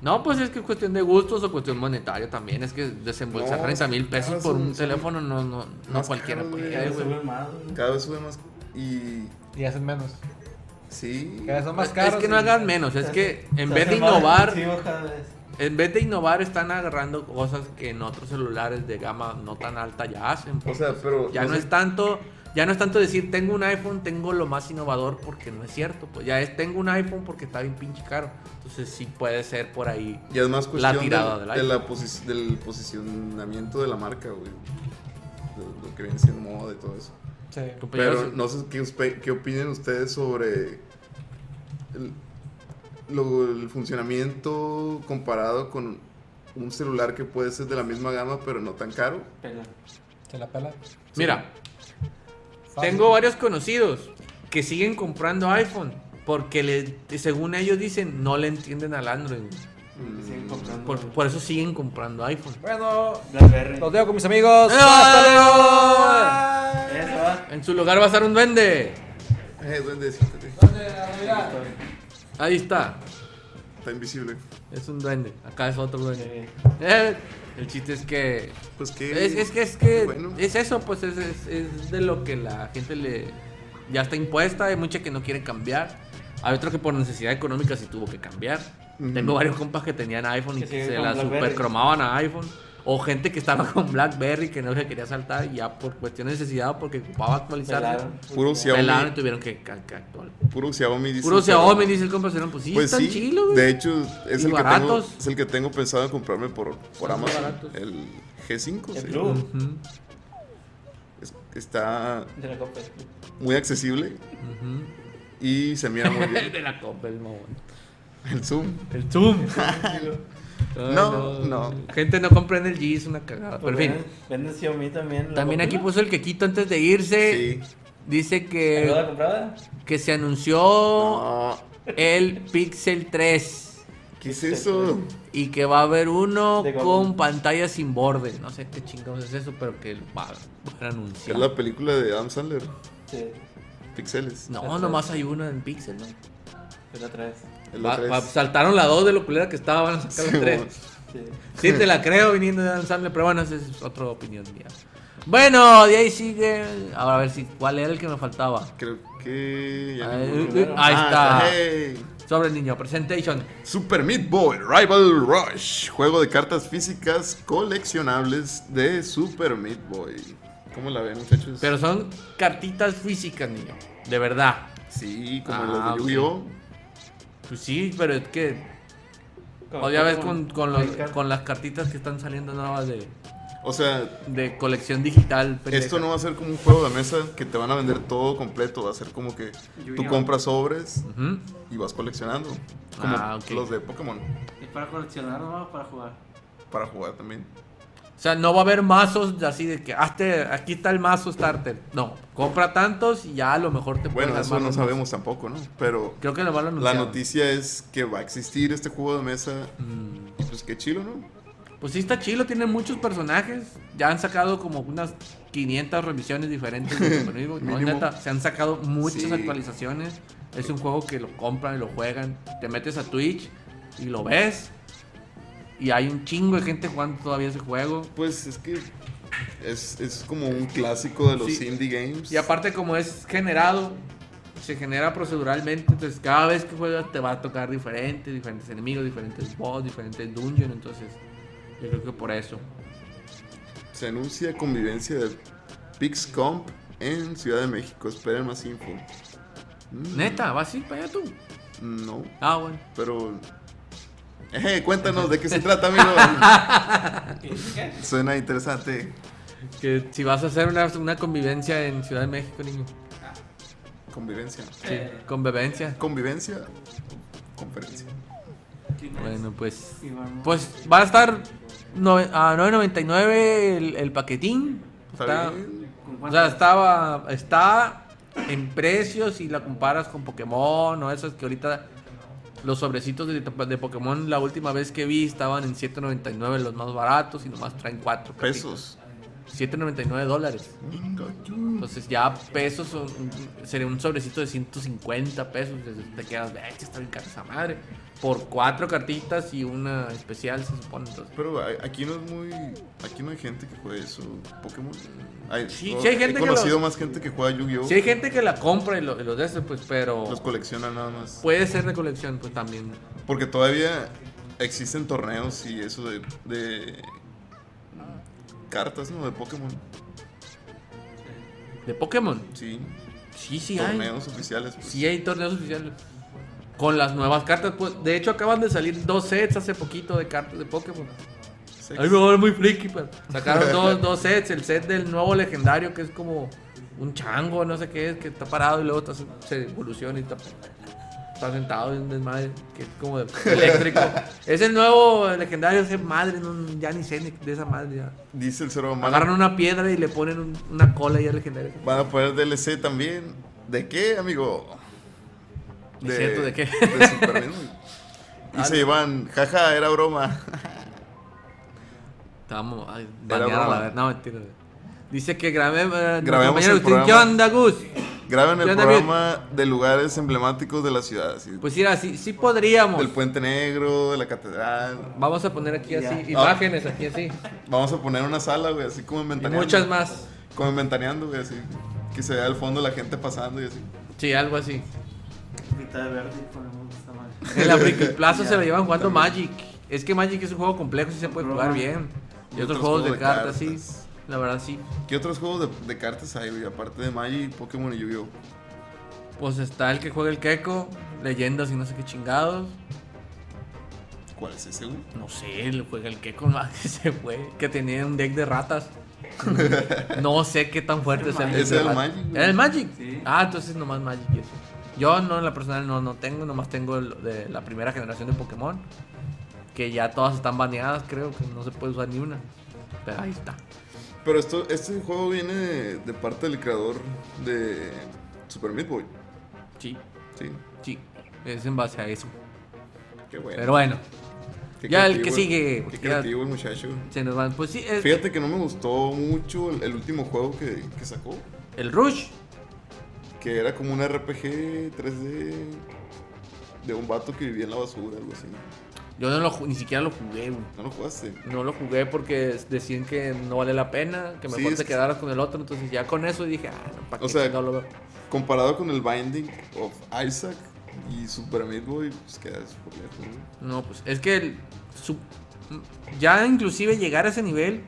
S2: No, pues es que es cuestión de gustos o cuestión monetaria también. Es que desembolsar
S1: No,
S2: 30 mil
S1: claro,
S2: pesos por
S1: son-
S2: un
S1: son
S2: teléfono no, no, no
S1: más
S2: cualquiera
S1: caros,
S2: puede,
S1: güey.
S4: Ya
S1: Eh,
S4: lo
S2: güey.
S4: sube más, güey.
S1: Cada vez sube más. Y
S5: Y hacen menos.
S1: sí.
S5: Cada vez son más
S2: Es-
S5: caros.
S2: Es que no
S5: y-
S2: hagan menos, es
S4: Se
S2: que
S4: hace-
S2: en
S4: se
S2: vez de
S4: hace más
S2: innovar,
S4: ofensivo cada vez.
S2: en vez de innovar están agarrando cosas que en otros celulares de gama no tan alta ya hacen.
S1: O
S2: pues.
S1: sea, pero.
S2: ya no
S1: sé-
S2: es tanto, ya no es tanto decir tengo un iPhone, tengo lo más innovador porque no es cierto, pues ya es tengo un iPhone porque está bien pinche caro. Entonces sí puede ser por ahí
S1: Ya es más cuestión
S2: La tirada
S1: del-
S2: del
S1: de,
S2: iPhone.
S1: la posi- del posicionamiento de la marca, güey. De Lo que viene siendo moda y todo eso.
S5: Sí.
S2: compañeros,
S1: Pero no sé qué, uspe- qué opinen ustedes sobre el, lo- el funcionamiento comparado con un celular que puede ser de la misma gama pero no tan caro.
S4: Pela.
S5: Se la pela.
S2: Mira,
S5: Fácil.
S2: tengo varios conocidos que siguen comprando iPhone porque le- según ellos dicen no le entienden al Android. güey.
S4: Que
S1: Mm.
S4: siguen
S5: pues,
S4: comprando.
S2: Mm, Por, por eso siguen comprando iPhone.
S5: Bueno,
S4: Blackberry.
S5: los dejo con mis amigos.
S2: ¡Eh! ¡Ah!
S5: ¡Hasta luego!
S4: Eso va.
S2: En su lugar va a estar un duende.
S1: Eh, duende, siéntate.
S2: Ahí está.
S1: Está invisible.
S2: Es un duende. Acá es otro duende.
S4: Sí.
S2: Eh, el chiste es que
S1: Pues que.
S2: Es, es que, es, que
S1: Bueno.
S2: es eso, pues es, es- es de lo que la gente le ya está impuesta, hay mucha que no quiere cambiar, hay otros que por necesidad económica sí tuvo que cambiar.
S1: Ujú.
S2: Tengo varios compas que tenían iPhone y
S4: Que
S2: que
S4: siguen
S2: se
S4: con
S2: la
S4: Blackberry.
S2: super cromaban a iPhone. O gente que estaba con Blackberry que no se quería saltar y ya por cuestión de necesidad o porque ocupaba actualizarse.
S4: Pelaron.
S1: Puro
S2: Pelaron y
S1: Xiaomi.
S2: tuvieron que, ca- ca- actual.
S1: Puro Xiaomi dice.
S2: Puro Xiaomi, dice el compa, pues sí,
S1: Pues
S2: están
S1: sí,
S2: chilos, güey.
S1: de hecho es
S2: Y
S1: el, que tengo,
S2: baratos.
S1: es el que tengo pensado en comprarme por, por
S2: Están muy
S1: Amazon.
S2: baratos.
S1: El G5
S4: El
S1: sí.
S4: Blue.
S2: Ujú,
S1: Es- está
S4: De la copa.
S1: muy accesible
S2: ujú.
S1: y se mira muy bien.
S2: de la copa, el mamón.
S1: El Zoom.
S2: El Zoom.
S1: No,
S2: Ay,
S1: no.
S2: Gente no compra en el G, es una cagada. Pero
S4: Pues
S2: en Ah, fin.
S4: Venden Xiaomi también. la
S2: También
S4: copa.
S2: aquí puso el quequito antes de irse.
S1: Sí.
S2: Dice
S4: ¿Algo la
S2: que,
S4: comprada?
S2: que se anunció
S1: No.
S2: el Pixel 3
S1: ¿Qué
S2: Este,
S1: es eso?
S2: y que va a haber uno
S4: De
S2: con
S4: goma.
S2: pantalla sin borde. No sé qué chingados es eso, pero que lo va a
S1: Es
S2: anunciar.
S1: la película de Adam Sandler,
S4: Sí.
S1: Pixeles.
S2: No, nomás hay uno en Pixel, ¿no?
S4: Pero otra vez.
S1: El
S2: Va-
S1: otro es-
S2: va- saltaron la 2 de lo culera que estaba, van a sacar la
S1: Sí,
S2: 3.
S1: bueno.
S4: Sí.
S2: Sí, te la creo viniendo de ensamble, pero bueno, esa es otra opinión mía. Bueno, de ahí sigue. Ahora a ver si cuál era el que me faltaba.
S1: Creo que. ya
S2: Ahí,
S1: no-
S2: ahí
S1: Ah,
S2: está.
S1: hey.
S2: Sobre el niño, presentation.
S1: Super Meat Boy Rival Rush. Juego de cartas físicas coleccionables de Super Meat Boy. ¿Cómo la ven, muchachos?
S2: Pero son cartitas físicas, niño. De verdad.
S1: Sí, como
S2: Ah,
S1: los de
S2: ok.
S1: Yu-Gi-Oh!
S2: Pues sí, pero es que.
S4: Como
S2: Pues ya ves
S4: Pokémon.
S2: con, con, los-
S4: Minecraft.
S2: con las cartitas que están saliendo nuevas de,
S1: O sea,
S2: de colección digital. pendeja.
S1: esto no va a ser como un juego de mesa que te van a vender todo completo. Va a ser como que tú
S4: Yu-Gi-Oh.
S1: compras sobres
S2: Ujú.
S1: y vas coleccionando. Como
S2: Ah, ok.
S1: los de Pokémon.
S4: Es para coleccionar, no para jugar.
S1: Para jugar también.
S2: O sea, no va a haber mazos así de que hazte, aquí está el mazo starter. No, compra tantos y ya a lo mejor te
S1: Bueno,
S2: puedes
S1: eso
S2: armar
S1: no
S2: unos.
S1: sabemos tampoco, ¿no? Pero
S2: Creo que lo malo
S1: la noticia es que va a existir este juego de mesa.
S2: Mm.
S1: Y Pues qué chilo, ¿no?
S2: Pues sí está chilo, tiene muchos personajes. Ya han sacado como unas 500 revisiones diferentes. de Super Meat Boy. No,
S1: Mínimo.
S2: neta, se han sacado muchas
S1: Sí.
S2: actualizaciones. Es un juego que lo compran y lo juegan. Te metes a Twitch y lo ves. Y hay un chingo de gente jugando todavía ese juego.
S1: Pues es que es, es como un clásico de los
S2: Sí.
S1: indie games.
S2: Y aparte como es generado, se genera proceduralmente, entonces cada vez que juegas te va a tocar diferente, diferentes enemigos, diferentes boss, diferentes dungeons, entonces yo creo que por eso.
S1: Se anuncia convivencia de PixComp en Ciudad de México. Esperen más info. Mm,
S2: Neta, ¿vas a ir para allá tú?
S1: No,
S2: Ah, bueno.
S1: pero. Eh, cuéntanos de qué se trata, amigo. Suena interesante.
S2: Que si vas a hacer una, una convivencia en Ciudad de México, niño.
S1: Convivencia.
S2: Sí, convivencia.
S1: Convivencia. Conferencia.
S2: Bueno, pues... Pues va a estar no- a 9.99 el, el paquetín.
S1: ¿Está bien?
S2: O sea, estaba, está en precios si la comparas con Pokémon o esas que ahorita los sobrecitos de, de Pokémon la última vez que vi estaban en 7.99 los más baratos y nomás traen 4
S1: Pesos.
S2: 7.99 dólares. Entonces ya pesos son- sería un sobrecito de 150 pesos. Entonces te quedas, "Eh, está bien cara esa madre. Por cuatro cartitas y una especial se supone. Entonces,
S1: Pero a- aquí no es muy. Aquí no hay gente que juegue eso. Pokémon. Hay,
S2: Sí,
S1: no,
S2: sí hay gente
S1: he
S2: que
S1: conocido
S2: los-
S1: más gente que juega Yu-Gi-Oh!
S2: si hay gente que la compra y lo, y lo de eso, pues, pero
S1: Los colecciona nada más.
S2: puede ser de colección, pues también.
S1: Porque todavía existen torneos y eso de, de cartas, ¿no? De Pokémon.
S2: De Pokémon.
S1: Sí.
S2: Sí, sí hay.
S1: torneos oficiales. pues.
S2: Sí hay torneos oficiales. Con las nuevas cartas, pues. De hecho, acaban de salir dos sets hace poquito de cartas de Pokémon.
S1: Sex.
S2: A mí me vuelve muy friki, pero. Sacaron dos, dos sets. El set del nuevo legendario, que es como un chango, no sé qué es, que está parado y luego está- se evoluciona y está, está sentado en un desmadre, que es como de- eléctrico. es el nuevo legendario, ese madre, no- ya ni sé ni de esa madre. ya.
S1: Dice el cero van
S2: Agarran
S1: a,
S2: una piedra y le ponen un- una cola y es legendario.
S1: van a poner DLC también. ¿De qué, amigo?
S2: Es cierto, ¿de qué? Ah,
S1: De Super Meat Boy. Y se iban, jaja, era broma.
S2: Estábamos ay,
S1: Era
S2: baneada
S1: broma.
S2: la verdad. No, mentira. Dice que grabé. eh,
S1: Grabemos
S2: compañero
S1: el
S2: Agustín.
S1: programa.
S2: ¿Qué onda, Gus?
S1: Graben
S2: Ya,
S1: el
S2: David.
S1: programa de lugares emblemáticos de la ciudad. así,
S2: Pues mira, sí, sí podríamos.
S1: del Puente Negro, de la Catedral.
S2: Vamos a poner aquí
S4: Ya.
S2: así,
S1: Ah.
S2: imágenes aquí así.
S1: Vamos a poner una sala, güey, así como en
S2: Y
S1: Ventaneando.
S2: muchas más.
S1: Como en Ventaneando, güey, así. Que se vea al fondo la gente pasando y así.
S2: Sí, algo así.
S4: Pita de verde y ponemos esta madre.
S2: En la Friki Plaza
S4: Ya,
S2: se la llevan jugando Magic. Es que Magic es un juego complejo, sí se puede jugar bien. Y, otros, juegos de, cartas, sí. La verdad, sí.
S1: ¿Qué otros juegos de, de cartas hay, güey? Aparte de Magic, Pokémon y Yu-Gi-Oh!
S2: Pues está el que juega el Keiko, leyendas y no sé qué chingados.
S1: ¿Cuál es ese, güey?
S2: No sé, le juega el que con más que se fue. Que tenía un deck de ratas. No sé qué tan fuerte es el deck
S1: Ese
S2: de
S1: era el
S2: ratas.
S1: Magic, güey.
S2: ¿Era el Magic?
S4: Sí.
S2: Ah, entonces nomás Magic y eso. Yo no, en la personal no, no tengo, nomás tengo el de la primera generación de Pokémon. Que ya todas están baneadas, creo, que no se puede usar ni una. Pero ahí está.
S1: Pero esto, este juego viene de, de parte del creador de Super Meat Boy.
S2: Sí,
S1: Sí,
S2: sí. Es en base a eso.
S1: qué bueno.
S2: Pero bueno,
S1: Qué
S2: ya el que
S1: creativo,
S2: sigue,
S1: Qué
S2: porque ya-
S1: creativo el muchacho.
S2: se nos van. Pues sí, es-
S1: Fíjate que no me gustó mucho el, el último juego que, que sacó.
S2: el Rush.
S1: Que era como un RPG 3D de un vato que vivía en la basura, algo así.
S2: Yo no lo ju- ni siquiera lo jugué, güey.
S1: ¿No lo jugaste?
S2: No lo jugué porque decían que no vale la pena, que
S1: Sí,
S2: mejor
S1: es
S2: te
S1: que-
S2: quedaras con el otro. Entonces ya con eso dije, ah, no, ¿para
S1: O
S2: qué
S1: sea,
S2: chingado lo veo?
S1: Comparado con el Binding of Isaac y Super Meat Boy, pues queda por lejos, ¿no?
S2: No, pues es que el- su- ya inclusive llegar a ese nivel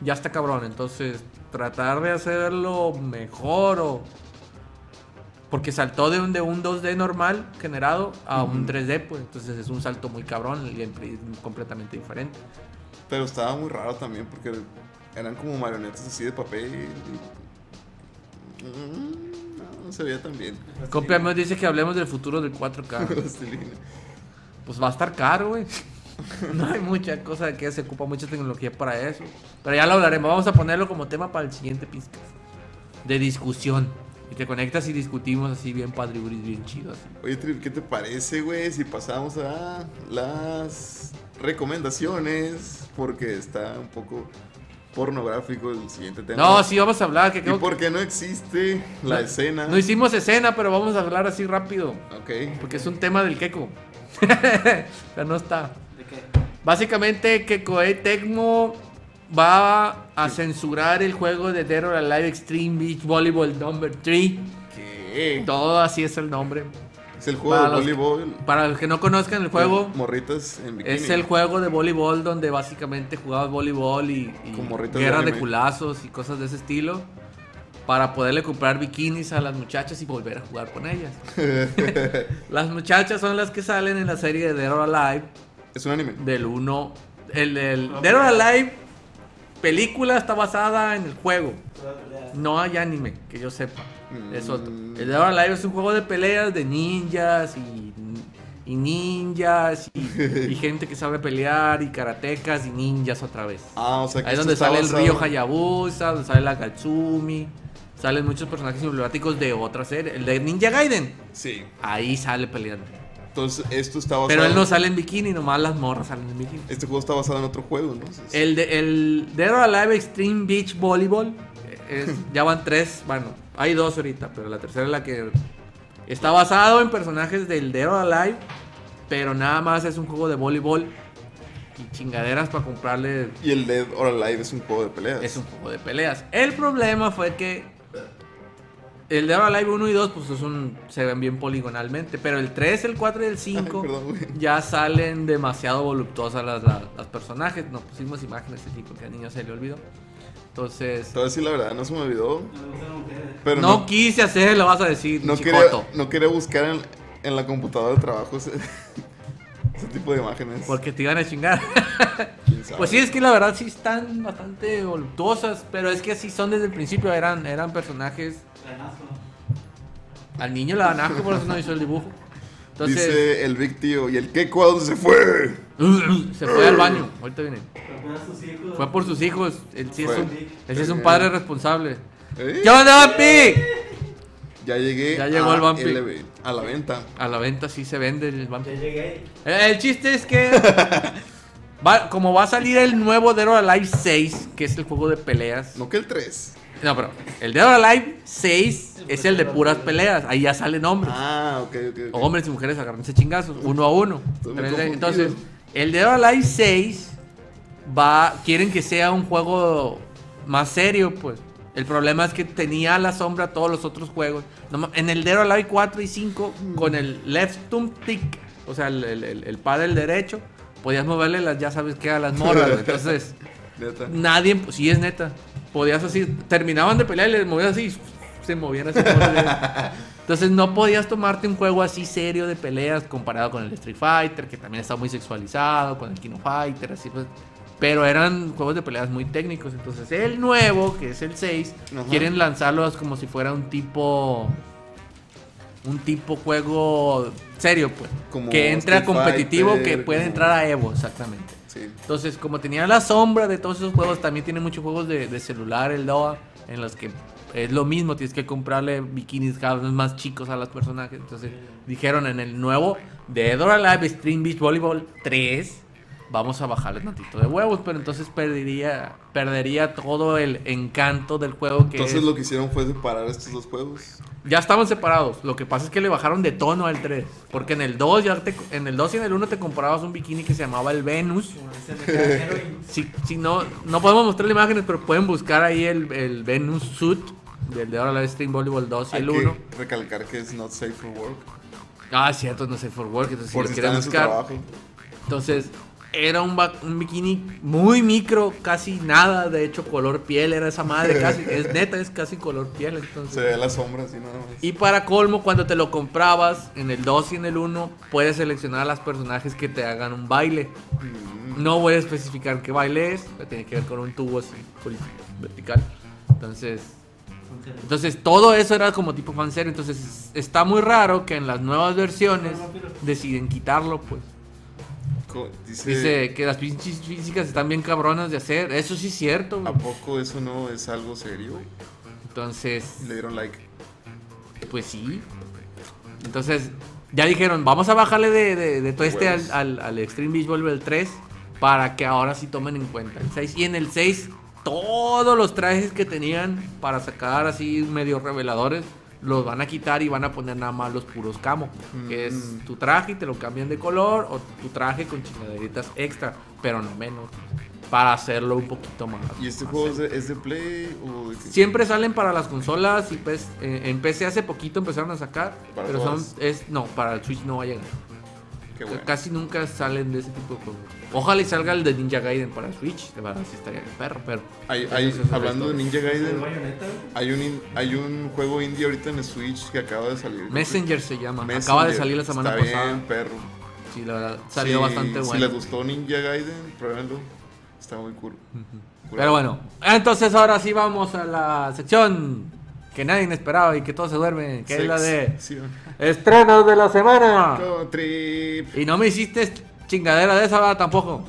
S2: ya está cabrón. Entonces tratar de hacerlo mejor o... Porque saltó de un, de un 2D normal generado a un 3D, pues entonces es un salto muy cabrón yempre- completamente diferente.
S1: Pero estaba muy raro también porque eran como marionetas así de papel. y- Mm, No, no se veía tan bien.
S2: Copiamos dice que hablemos del futuro del 4K.
S1: Plastilina.
S2: pues va a estar caro, güey. No hay mucha cosa que se ocupa mucha tecnología para eso. Pero ya lo hablaremos. Vamos a ponerlo como tema para el siguiente podcast. De discusión. Y te conectas y discutimos así bien padre, güey, bien chido. así.
S1: Oye, Trip, ¿qué te parece, güey? Si pasamos a las recomendaciones, porque está un poco pornográfico el siguiente tema.
S2: No, sí, vamos a hablar. Que
S1: Y
S2: creo que-
S1: porque no existe la
S2: No-
S1: escena.
S2: No hicimos escena, pero vamos a hablar así rápido.
S1: Ok.
S2: Porque es un tema del Keco. o sea, no está.
S4: ¿De qué?
S2: Básicamente que Koei Tecmo va a censurar el juego de Dead or Alive Extreme Beach Volleyball Number 3.
S1: ¿Qué?
S2: Todo así es el nombre.
S1: Es el juego
S2: Para
S1: de
S2: los-
S1: voleibol.
S2: Para los que no conozcan el juego,
S1: con Morritas en bikini.
S2: es el juego de voleibol donde básicamente jugabas voleibol y, y
S1: Con morritas de
S2: guerras de,
S1: anime.
S2: culazos y cosas de ese estilo. Para poderle comprar bikinis a las muchachas y volver a jugar con ellas. las muchachas son las que salen en la serie de Dead or Alive
S1: Es un anime.
S2: del 1. El, el Dead or Alive película está basada en el juego.
S4: Toda pelea.
S2: No hay anime, que yo sepa. Es
S1: Mm.
S2: otro. El Dead or Alive es un juego de peleas de ninjas y, y ninjas y, y gente que sabe pelear y karatecas y ninjas otra vez.
S1: Ah, o sea que
S2: Ahí
S1: esto
S2: es donde
S1: está
S2: sale el
S1: basado-
S2: río Hayabusa, donde sale la Katsumi. Salen muchos personajes emblemáticos de otra serie. El de Ninja Gaiden.
S1: Sí.
S2: Ahí sale peleando.
S1: Entonces, esto está basado.
S2: Pero él no sale en bikini, nomás las morras salen en bikini.
S1: Este juego está basado en otro juego, entonces.
S2: El, de, el Dead or Alive Extreme Beach Volleyball. eh, es- ya van tres, bueno, hay dos ahorita, pero la tercera es la que está basado en personajes del Dead or Alive, pero nada más es un juego de voleibol y chingaderas para comprarle.
S1: Y el Dead or Alive es un juego de peleas.
S2: Es un juego de peleas. El problema fue que el Dead or Alive 1 y 2 pues es un- se ven bien poligonalmente, pero el 3, el 4 y el
S1: Ay,
S2: 5
S1: perdón, güey.
S2: ya salen demasiado voluptuosas las, las- las personajes. Nos pusimos imágenes así porque al niño se le olvidó. Entonces,
S1: Te voy a decir la verdad, no se me olvidó.
S4: No le gustan las mujeres.
S1: Pero
S2: no,
S1: no,
S2: quise hacer, lo vas a decir,
S1: no, quería,
S2: chicoto.
S1: no quería buscar en, en la computadora de trabajo ese, ese tipo de imágenes.
S2: Porque te iban a chingar.
S1: ¿Quién sabe?
S2: Pues sí, es que la verdad sí están bastante voluptuosas, pero es que así son desde el principio, eran, eran personajes.
S4: Ganazo.
S2: Al niño le dan asco, por eso no hizo el dibujo. Entonces,
S1: Dice el Big Tío, ¿y el Keiko a dónde se fue?
S2: se fue al baño, ahorita viene.
S4: Pero fue a sus hijos.
S2: Fue por sus hijos, él sí es
S1: Fue.
S2: un, él sí es un padre responsable.
S1: ¿Eh?
S2: ¿Qué onda, Vampi?
S1: Ya llegué
S2: Ya llegó
S1: a,
S2: el vampi.
S1: LB, a la venta.
S2: A la venta sí se vende el Vampi.
S4: Ya llegué.
S2: El, Eh, el chiste es que. va- como va a salir el nuevo Dead or Alive 6, que es el juego de peleas. No,
S1: No que el 3.
S2: pero el Dead or Alive 6 es el de puras peleas. Ahí ya salen hombres.
S1: Ah, ok, ok. ok.
S2: Hombres y mujeres agarrándose chingazos, uno a uno.
S1: Estoy muy
S2: Pero el de-
S1: confundido.
S2: Entonces, el Dead or Alive 6 va. Quieren que sea un juego más serio, pues. El problema es que tenía a la sombra todos los otros juegos. No ma- en el Dead or Alive 4 y 5,
S1: Mm.
S2: con el left thumbstick, o sea, el, el, el, el paddle derecho, podías moverle las, ya sabes qué, a las morras. güey. Entonces,
S1: Neta.
S2: nadie, pues sí es neta, podías así, terminaban de pelear y les movías así, se movían así. por el dedo. Entonces no podías tomarte un juego así serio de peleas comparado con el Street Fighter, que también está muy sexualizado, con el Kino Fighter, así pues. Pero eran juegos de peleas muy técnicos. Entonces el nuevo, que es el 6,
S1: Ajá.
S2: quieren lanzarlos como si fuera un tipo... Un tipo juego serio, pues.
S1: Como
S2: que entra
S1: Street
S2: competitivo,
S1: Fighter,
S2: que puede
S1: como-
S2: entrar a Evo, exactamente.
S1: Sí.
S2: Entonces, como tenía la sombra de todos esos juegos, también tiene muchos juegos de, de celular, el DOA, en los que es lo mismo, tienes que comprarle bikinis cada vez más chicos a los personajes. Entonces, dijeron en el nuevo de Dora Live Stream Beach Volleyball 3, vamos a bajarle tantito de huevos, pero entonces perdería, perdería todo el encanto del juego que
S1: Entonces
S2: es-
S1: lo que hicieron fue separar estos dos juegos.
S2: ya estaban separados. Lo que pasa es que le bajaron de tono al 3, porque en el 2 ya te- en el 2 y en el 1 te comprabas un bikini que se llamaba el Venus.
S4: Como dice el heroin.
S2: Si, si no, no podemos mostrar imágenes, pero pueden buscar ahí el, el Venus Suit del de ahora la Stream Volleyball 2 y
S1: Hay
S2: el
S1: que
S2: 1.
S1: recalcar que es not safe for work.
S2: Ah, cierto, no sé, for work, entonces
S1: por
S2: si
S1: si
S2: lo quieren
S1: están en su
S2: buscar.
S1: trabajo.
S2: Entonces, era un, ba- un bikini muy micro, casi nada, de hecho, color piel, era esa madre, casi, es neta, es casi color piel, entonces.
S1: Se ve la sombra así nada más.
S2: Y para colmo, cuando te lo comprabas en el 2 y en el 1, puedes seleccionar a las personajes que te hagan un baile.
S1: Mm.
S2: No voy a especificar qué baile es, pero tiene que ver con un tubo así, col- vertical. Entonces,
S4: Son celos.
S2: entonces todo eso era como tipo fanser. Entonces, es- está muy raro que en las nuevas versiones deciden quitarlo, pues.
S1: Co- dice,
S2: Dice que las pinches físicas están bien cabronas de hacer. Eso sí es cierto,
S1: ¿a
S2: güey.
S1: poco eso no es algo serio?
S2: Entonces,
S1: Le dieron like.
S2: pues sí. Entonces, ya dijeron, vamos a bajarle de, de- de todo este al,
S1: Huevos.
S2: al- al Extreme Beach Volleyball 3 para que ahora sí tomen en cuenta el 6. Y en el 6, todos los trajes que tenían para sacar así medio reveladores, los van a quitar y van a poner nada más los puros camo. Que es
S1: Mm.
S2: tu traje y te lo cambian de color o tu traje con chingaderitas extra, pero no menos. Para hacerlo un poquito más.
S1: ¿Y este
S2: más
S1: juego es de, es de Play o de qué?
S2: Siempre salen para las consolas y pues eh, en PC hace poquito empezaron a sacar,
S1: Para
S2: pero son
S1: todas.
S2: es no, para el Switch no va a llegar.
S1: Qué bueno.
S2: Casi nunca salen de ese tipo de juegos. Ojalá y salga el de Ninja Gaiden para Switch, de verdad sí estaría bien perro, pero
S1: Hay-
S2: eso
S1: hay-
S2: es otra
S1: hablando de Ninja
S2: historia.
S4: ¿El
S1: Gaiden,
S4: bayoneta? güey?
S1: hay un, in- hay un juego indie ahorita en el Switch que acaba de salir.
S2: Messenger se llama, acaba
S1: Messenger.
S2: de salir la semana
S1: Está
S2: pasada.
S1: Bien, perro.
S2: Sí, la verdad, salió
S1: Sí,
S2: bastante
S1: Si les
S2: bueno.
S1: gustó Ninja Gaiden, pruébenlo. Está muy cool.
S2: pero bueno, entonces ahora sí vamos a la sección que nadie esperaba y que todos se duermen, que es la de Ah.
S1: Sección
S2: estrenos de la semana.
S1: Country.
S2: Y no me hiciste chingadera de esa ¿verdad? tampoco.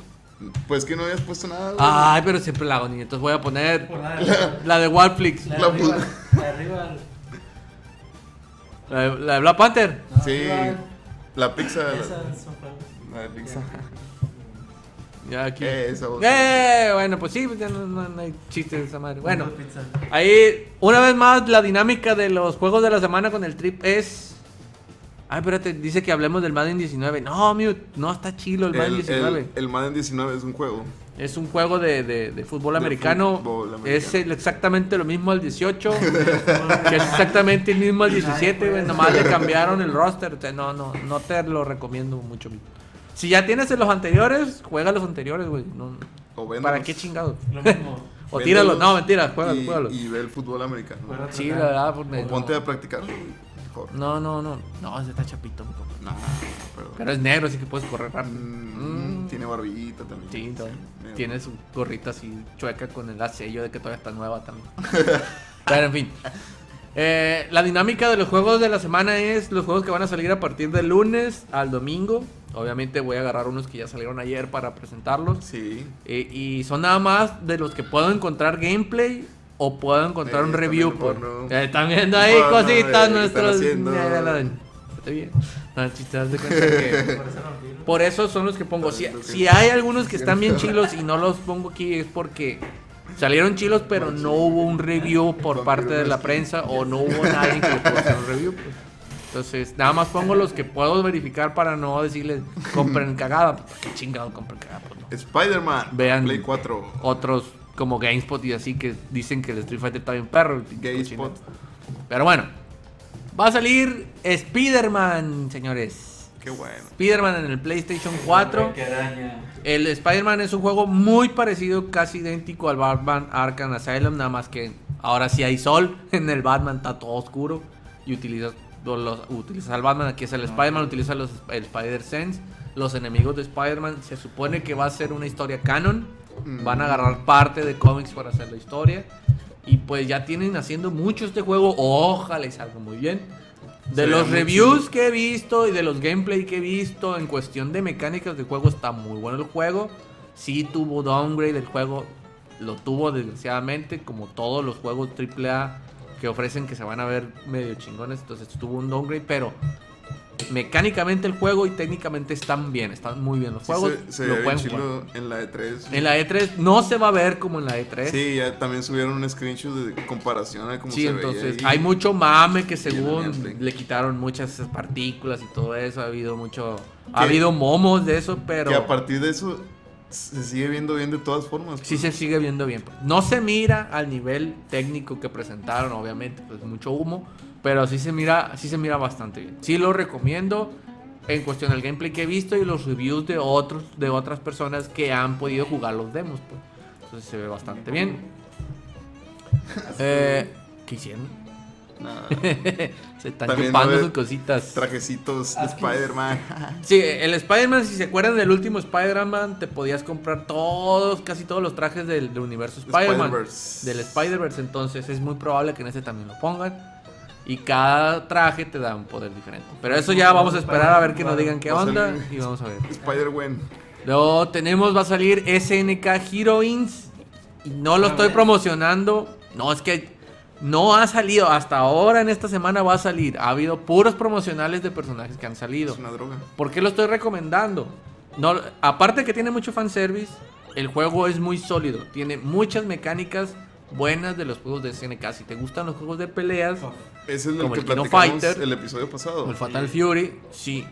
S1: Pues que no habías puesto nada. güey.
S2: Ay, pero siempre la hago, niño. Entonces voy a poner
S4: Por nada.
S2: la de Warflix.
S4: La
S2: La,
S4: de
S1: La
S4: arriba.
S1: pu-
S4: La de arriba.
S2: de- la de Black Panther.
S4: No,
S1: Sí.
S4: arriba.
S1: La pizza. La,
S4: Esas son frases.
S1: la de pizza.
S2: Ya aquí.
S1: Eh, esa voz.
S2: Eh, bueno, pues sí, pues ya no, no- no hay chistes de esa madre. Bueno,
S4: Una pizza.
S2: ahí, una vez más, la dinámica de los juegos de la semana con el trip es. Ay, espérate, dice que hablemos del Madden 19. No, mute, no está chilo el
S1: El,
S2: Madden
S1: el-
S2: 19.
S1: el Madden 19 es un juego.
S2: Es un juego de, de- de fútbol
S1: De
S2: americano.
S1: fútbol americano.
S2: Es el- exactamente lo mismo al 18. que es exactamente el mismo al 17. güey, nomás le cambiaron el roster. O sea, no, no, no te lo recomiendo mucho. güey. Si ya tienes los anteriores, juega los anteriores, güey. No-
S1: O véndelos.
S2: ¿Para qué chingados?
S4: Lo mismo.
S2: O tíralos.
S1: pues, Véndelos
S2: No, mentira, juégalos,
S1: y,
S2: juégalos.
S1: y ve el fútbol americano.
S4: Fuera
S2: Sí,
S4: otra
S2: la
S4: cara.
S2: verdad, porque
S1: O
S2: no-
S1: ponte a practicarlo. güey. Mejor.
S2: No, no, no. No, ese está chapito. mi compa.
S1: No, perdón.
S2: Pero es negro, así que puedes correr rápido.
S1: Mm,
S2: Ah. Mm.
S1: Tiene barbillita también.
S2: Sí, también.
S1: medio-
S2: tiene su gorrita así chueca con el sello de que todavía está nueva también. Pero en fin. Eh, la dinámica de los juegos de la semana es los juegos que van a salir a partir del lunes al domingo. Obviamente voy a agarrar unos que ya salieron ayer para presentarlos.
S1: Sí.
S2: Eh, y son nada más de los que puedo encontrar gameplay o puedo encontrar
S1: Eh,
S2: un
S1: también
S2: review.
S1: lo
S2: Por...
S1: puedo, ¿no?
S2: Eh, están viendo ahí
S1: Bueno, eh, ¿qué
S2: cositas
S1: están
S2: nuestros...
S1: haciendo?
S2: Mira, la- Está bien. No, chiste, haz de cuenta que...
S4: Parecen vampiros.
S2: Por eso son los que pongo. Si,
S1: Tanto que-
S2: si hay algunos que están bien chilos y no los pongo aquí es porque salieron chilos, pero no hubo un review por parte de la prensa o no hubo nadie que lo pueda hacer un review. pues. Entonces, nada más pongo los que puedo verificar para no decirles compren cagada. Pues, ¿Qué chingado compren cagada? Pues, no.
S1: Spider-Man.
S2: Vean. Oh,
S1: Play 4.
S2: Otros como GameSpot y así que dicen que el Street Fighter está bien perro. el pinche
S1: GameSpot.
S2: cochino. Pero bueno, va a salir Spider-Man, señores.
S1: Qué bueno.
S2: Spider-Man en el PlayStation 4.
S4: Que araña.
S2: El Spider-Man es un juego muy parecido, casi idéntico al Batman Arkham Asylum, nada más que ahora sí hay sol, en el Batman está todo oscuro y utilizas, los, utilizas al Batman, aquí es el Spider-Man, utiliza los, el Spider-Sense, los enemigos de Spider-Man, se supone que va a ser una historia canon, van a agarrar parte de cómics para hacer la historia y pues ya tienen haciendo mucho este juego, ojalá y salga muy bien. De
S1: Se
S2: los
S1: ve muy
S2: reviews
S1: chido.
S2: que he visto y de los gameplay que he visto en cuestión de mecánicas de juego está muy bueno el juego. Sí tuvo downgrade el juego, lo tuvo desgraciadamente como todos los juegos AAA que ofrecen que se van a ver medio chingones, entonces tuvo un downgrade, pero mecánicamente el juego y técnicamente están bien, están muy bien los
S1: Sí,
S2: juegos,
S1: se se
S2: lo
S1: ve bien
S2: pueden jugar.
S1: chilo en la E de 3.
S2: En la E3 no se va a ver como en la E E3.
S1: Sí, ya también subieron un screenshot de comparación a cómo
S2: ¿Eh? Sí,
S1: se
S2: entonces
S1: veía ahí.
S2: hay mucho mame que
S1: gameplay.
S2: según le quitaron muchas partículas y todo eso, ha habido mucho ha
S1: Que-
S2: habido momos de eso, pero
S1: Que a partir de eso se sigue viendo bien de todas formas.
S2: sí
S1: pues.
S2: se sigue viendo bien. No se mira al nivel técnico que presentaron, obviamente, pues mucho humo, pero sí se mira, sí se mira bastante bien. Sí lo recomiendo en cuestión del gameplay que he visto y los reviews de otros de otras personas que han podido jugar los demos, pues. Entonces se ve bastante bien. Eh, ¿qué hicieron?
S1: Nada,
S2: se están
S1: También
S2: chupando
S1: no ve-
S2: sus cositas.
S1: trajecitos de
S4: Ah, que-
S1: Spider-Man.
S2: Sí, el Spider-Man, si se acuerdan del último Spider-Man, te podías comprar todos, casi todos los trajes del, del universo Spider-Man.
S1: Spider-Verse.
S2: del Spider-Verse, entonces es muy probable que en ese también lo pongan. Y cada traje te da un poder diferente. Pero eso ya vamos a esperar a ver que nos digan qué
S1: Va a
S2: onda
S1: salir-
S2: y vamos a ver.
S1: Spider-Gwen.
S2: Luego tenemos, va a salir SNK Heroines. Y no lo
S4: Ah,
S2: estoy
S4: mira.
S2: promocionando. No, es que no ha salido. Hasta ahora en esta semana va a salir. Ha habido puros promocionales de personajes que han salido.
S1: Es una droga.
S2: ¿Por qué lo estoy recomendando? No, aparte que tiene mucho fanservice, el juego es muy sólido. Tiene muchas mecánicas buenas de los juegos de SNK. Si te gustan los juegos de peleas,
S1: Ese es el
S2: Como
S1: que
S2: el Kino
S1: platicamos
S2: Fighter.
S1: el episodio pasado.
S2: como el Fatal Fury, sí.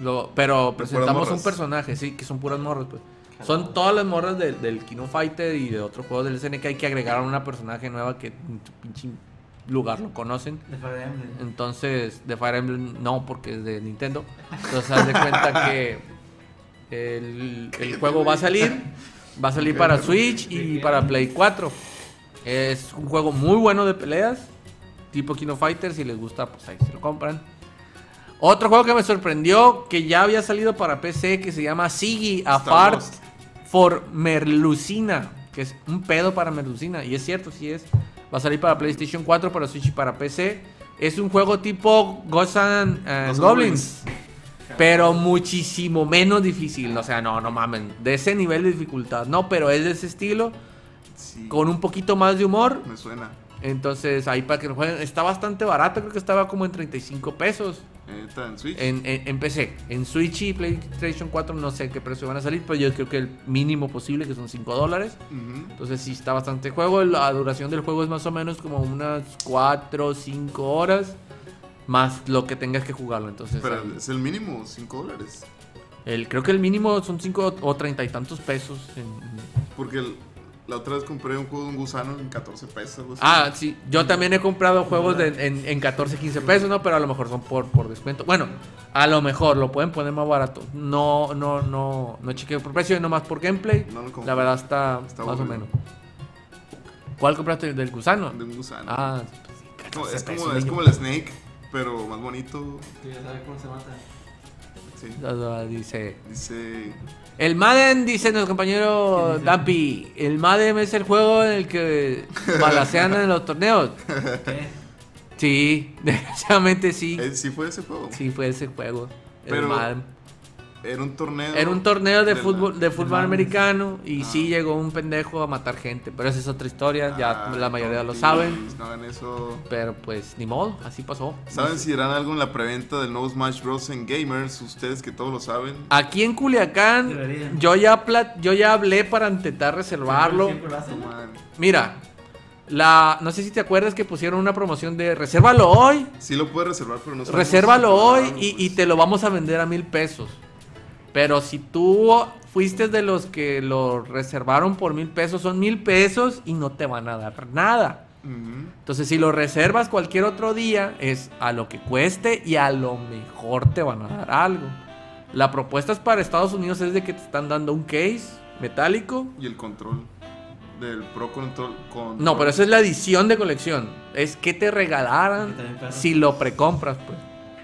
S2: Lo- pero
S1: puras
S2: presentamos un
S1: morras.
S2: personaje, sí, que son puras morras. Pues. Son todas las morras del, del Kino Fighter y de otros juegos del SNK. Hay que agregar a una personaje nueva que en tu pinche lugar lo conocen.
S4: De Fire Emblem.
S2: Entonces, de Fire Emblem no, porque es de Nintendo. Entonces, haz de cuenta que el, el juego va a salir. Va a salir para Switch y para Play 4. Es un juego muy bueno de peleas. Tipo Kino Fighter. Si les gusta, pues ahí se lo compran. Otro juego que me sorprendió, que ya había salido para PC, que se llama Sigi
S1: Star
S2: Apart
S1: Wars.
S2: for Merlucina, que es un pedo para Merlucina, y es cierto, sí es. Va a salir para PlayStation 4, para Switch y para PC. Es un juego tipo Ghosts and eh,
S1: Ghosts and
S2: Goblins, pero muchísimo menos difícil. O sea, no, no mamen, de ese nivel de dificultad, no, pero es de ese estilo,
S1: Sí,
S2: con un poquito más de humor.
S1: me suena.
S2: Entonces, ahí para que lo jueguen, está bastante barato, creo que estaba como en 35 pesos
S1: Está en Switch.
S2: en, en- en PC. En Switch y PlayStation 4 no sé qué precio van a salir, pero yo creo que el mínimo posible, que son 5 dólares.
S1: Ujú.
S2: Entonces sí está bastante juego. La duración del juego es más o menos como unas 4 o 5 horas. Más lo que tengas que jugarlo. Entonces,
S1: Pero
S2: ahí-
S1: es el mínimo, 5 dólares.
S2: el, creo que el mínimo son 5 o 30 y tantos pesos. en- en-
S1: Porque el- la otra vez compré un juego de un gusano en 14 pesos. algo así.
S2: Ah, sí. Yo también he comprado juegos de- en, en 14, 15 pesos, ¿no? Pero a lo mejor son por, por descuento. Bueno, a lo mejor lo pueden poner más barato. No, no, no, no chequeo por precio, nomás por gameplay.
S1: No lo compré.
S2: La verdad está,
S1: Está
S2: más o
S1: aburrido.
S2: menos. ¿Cuál compraste? ¿Del gusano?
S1: De un gusano.
S2: Ah,
S1: No, es,
S2: 14
S1: como,
S2: pesos,
S1: es
S2: niño.
S1: como el Snake, pero más bonito.
S4: Que ya sabes cómo se mata.
S1: Sí.
S2: Dice.
S1: Dice.
S2: El Madden, dice nuestro compañero Dampi. El Madden es el juego en el que balacean en los torneos.
S4: ¿Qué?
S2: Sí, desgraciadamente sí.
S1: eh, sí, fue ese juego.
S2: Sí, fue ese juego. El
S1: Pero-
S2: Madden.
S1: Era un torneo.
S2: Era un torneo de
S1: la-
S2: fútbol, de fútbol
S4: Madden.
S2: americano y
S1: Ah.
S2: sí llegó un pendejo a matar gente. Pero esa es otra historia, ya
S1: Ah,
S2: la mayoría lo
S1: tontis,
S2: saben.
S1: No hagan eso.
S2: Pero pues ni modo, así pasó.
S1: ¿Saben si harán algo en la preventa del nuevo Smash Bros. en Gamers? Ustedes que todos lo saben.
S2: Aquí en Culiacán,
S4: Deberían.
S2: yo ya, plat- yo ya hablé para intentar reservarlo.
S4: Siempre lo hacen.
S1: No, man.
S2: Mira, la, no sé si te acuerdas que pusieron una promoción de resérvalo hoy,
S1: Sí lo puedes reservar, pero no sabemos
S2: resérvalo
S1: si
S2: hoy
S1: lo
S2: y,
S1: harán,
S2: y
S1: pues.
S2: te lo vamos a vender a mil pesos. Pero si tú fuiste de los que lo reservaron por mil pesos, son mil pesos y no te van a dar nada.
S1: Ujú.
S2: Entonces, si lo reservas cualquier otro día, es a lo que cueste y a lo mejor te van a dar algo. La propuesta es para Estados Unidos es de que te están dando un case metálico.
S1: Y el control. Del Pro Control. control.
S2: No, pero esa es la edición de colección. Es que te
S4: Que
S2: regalaran
S4: también perro.
S2: si lo precompras, pues.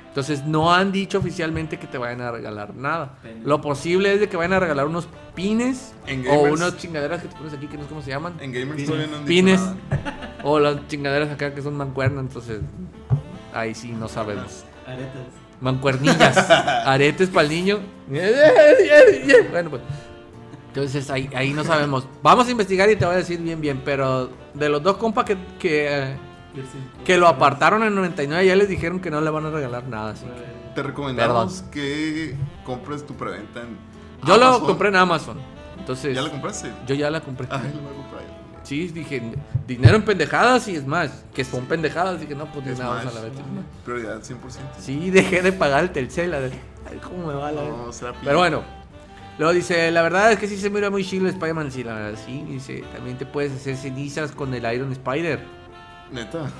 S2: Entonces, no han dicho oficialmente que te vayan a regalar nada.
S4: Pendejo.
S2: Lo posible es de que vayan a regalar unos pines
S1: En
S2: o
S1: gamers.
S2: unas chingaderas que te pones aquí que no sé cómo se llaman.
S1: En Gamers todavía no han dicho
S2: Pines.
S1: nada.
S2: O las chingaderas acá que son mancuernas, entonces ahí sí no sabemos.
S4: Aretes.
S2: Mancuernillas, aretes para el niño. Bueno, pues. Entonces ahí, ahí no sabemos. Vamos a investigar y te voy a decir bien, bien. Pero de los dos compas que, que, eh,
S4: Piercing.
S2: que lo apartaron en 99, ya les dijeron que no le van a regalar nada. así que-
S1: Te recomendamos que compres tu preventa en.
S2: Yo lo
S1: Amazon.
S2: compré en Amazon. Entonces,
S1: ¿Ya la compraste?
S2: yo ya la compré.
S1: Ay, lo Ah, voy a comprar yo.
S2: Sí, dije, dinero en pendejadas y es más. Que son pendejadas. Dije, no, pues ni
S1: Es
S2: nada, vamos
S1: más,
S2: a la vez.
S1: Prioridad 100%.
S2: Sí, dejé de pagar el Telcel. a ver, Ay, cómo me va la vez.
S1: No, será
S2: Pero bueno, luego dice, la verdad es que sí se mira muy chido el Spider-Man, sí, la verdad, sí. Dice, también te puedes hacer cenizas con el Iron Spider.
S1: Neta.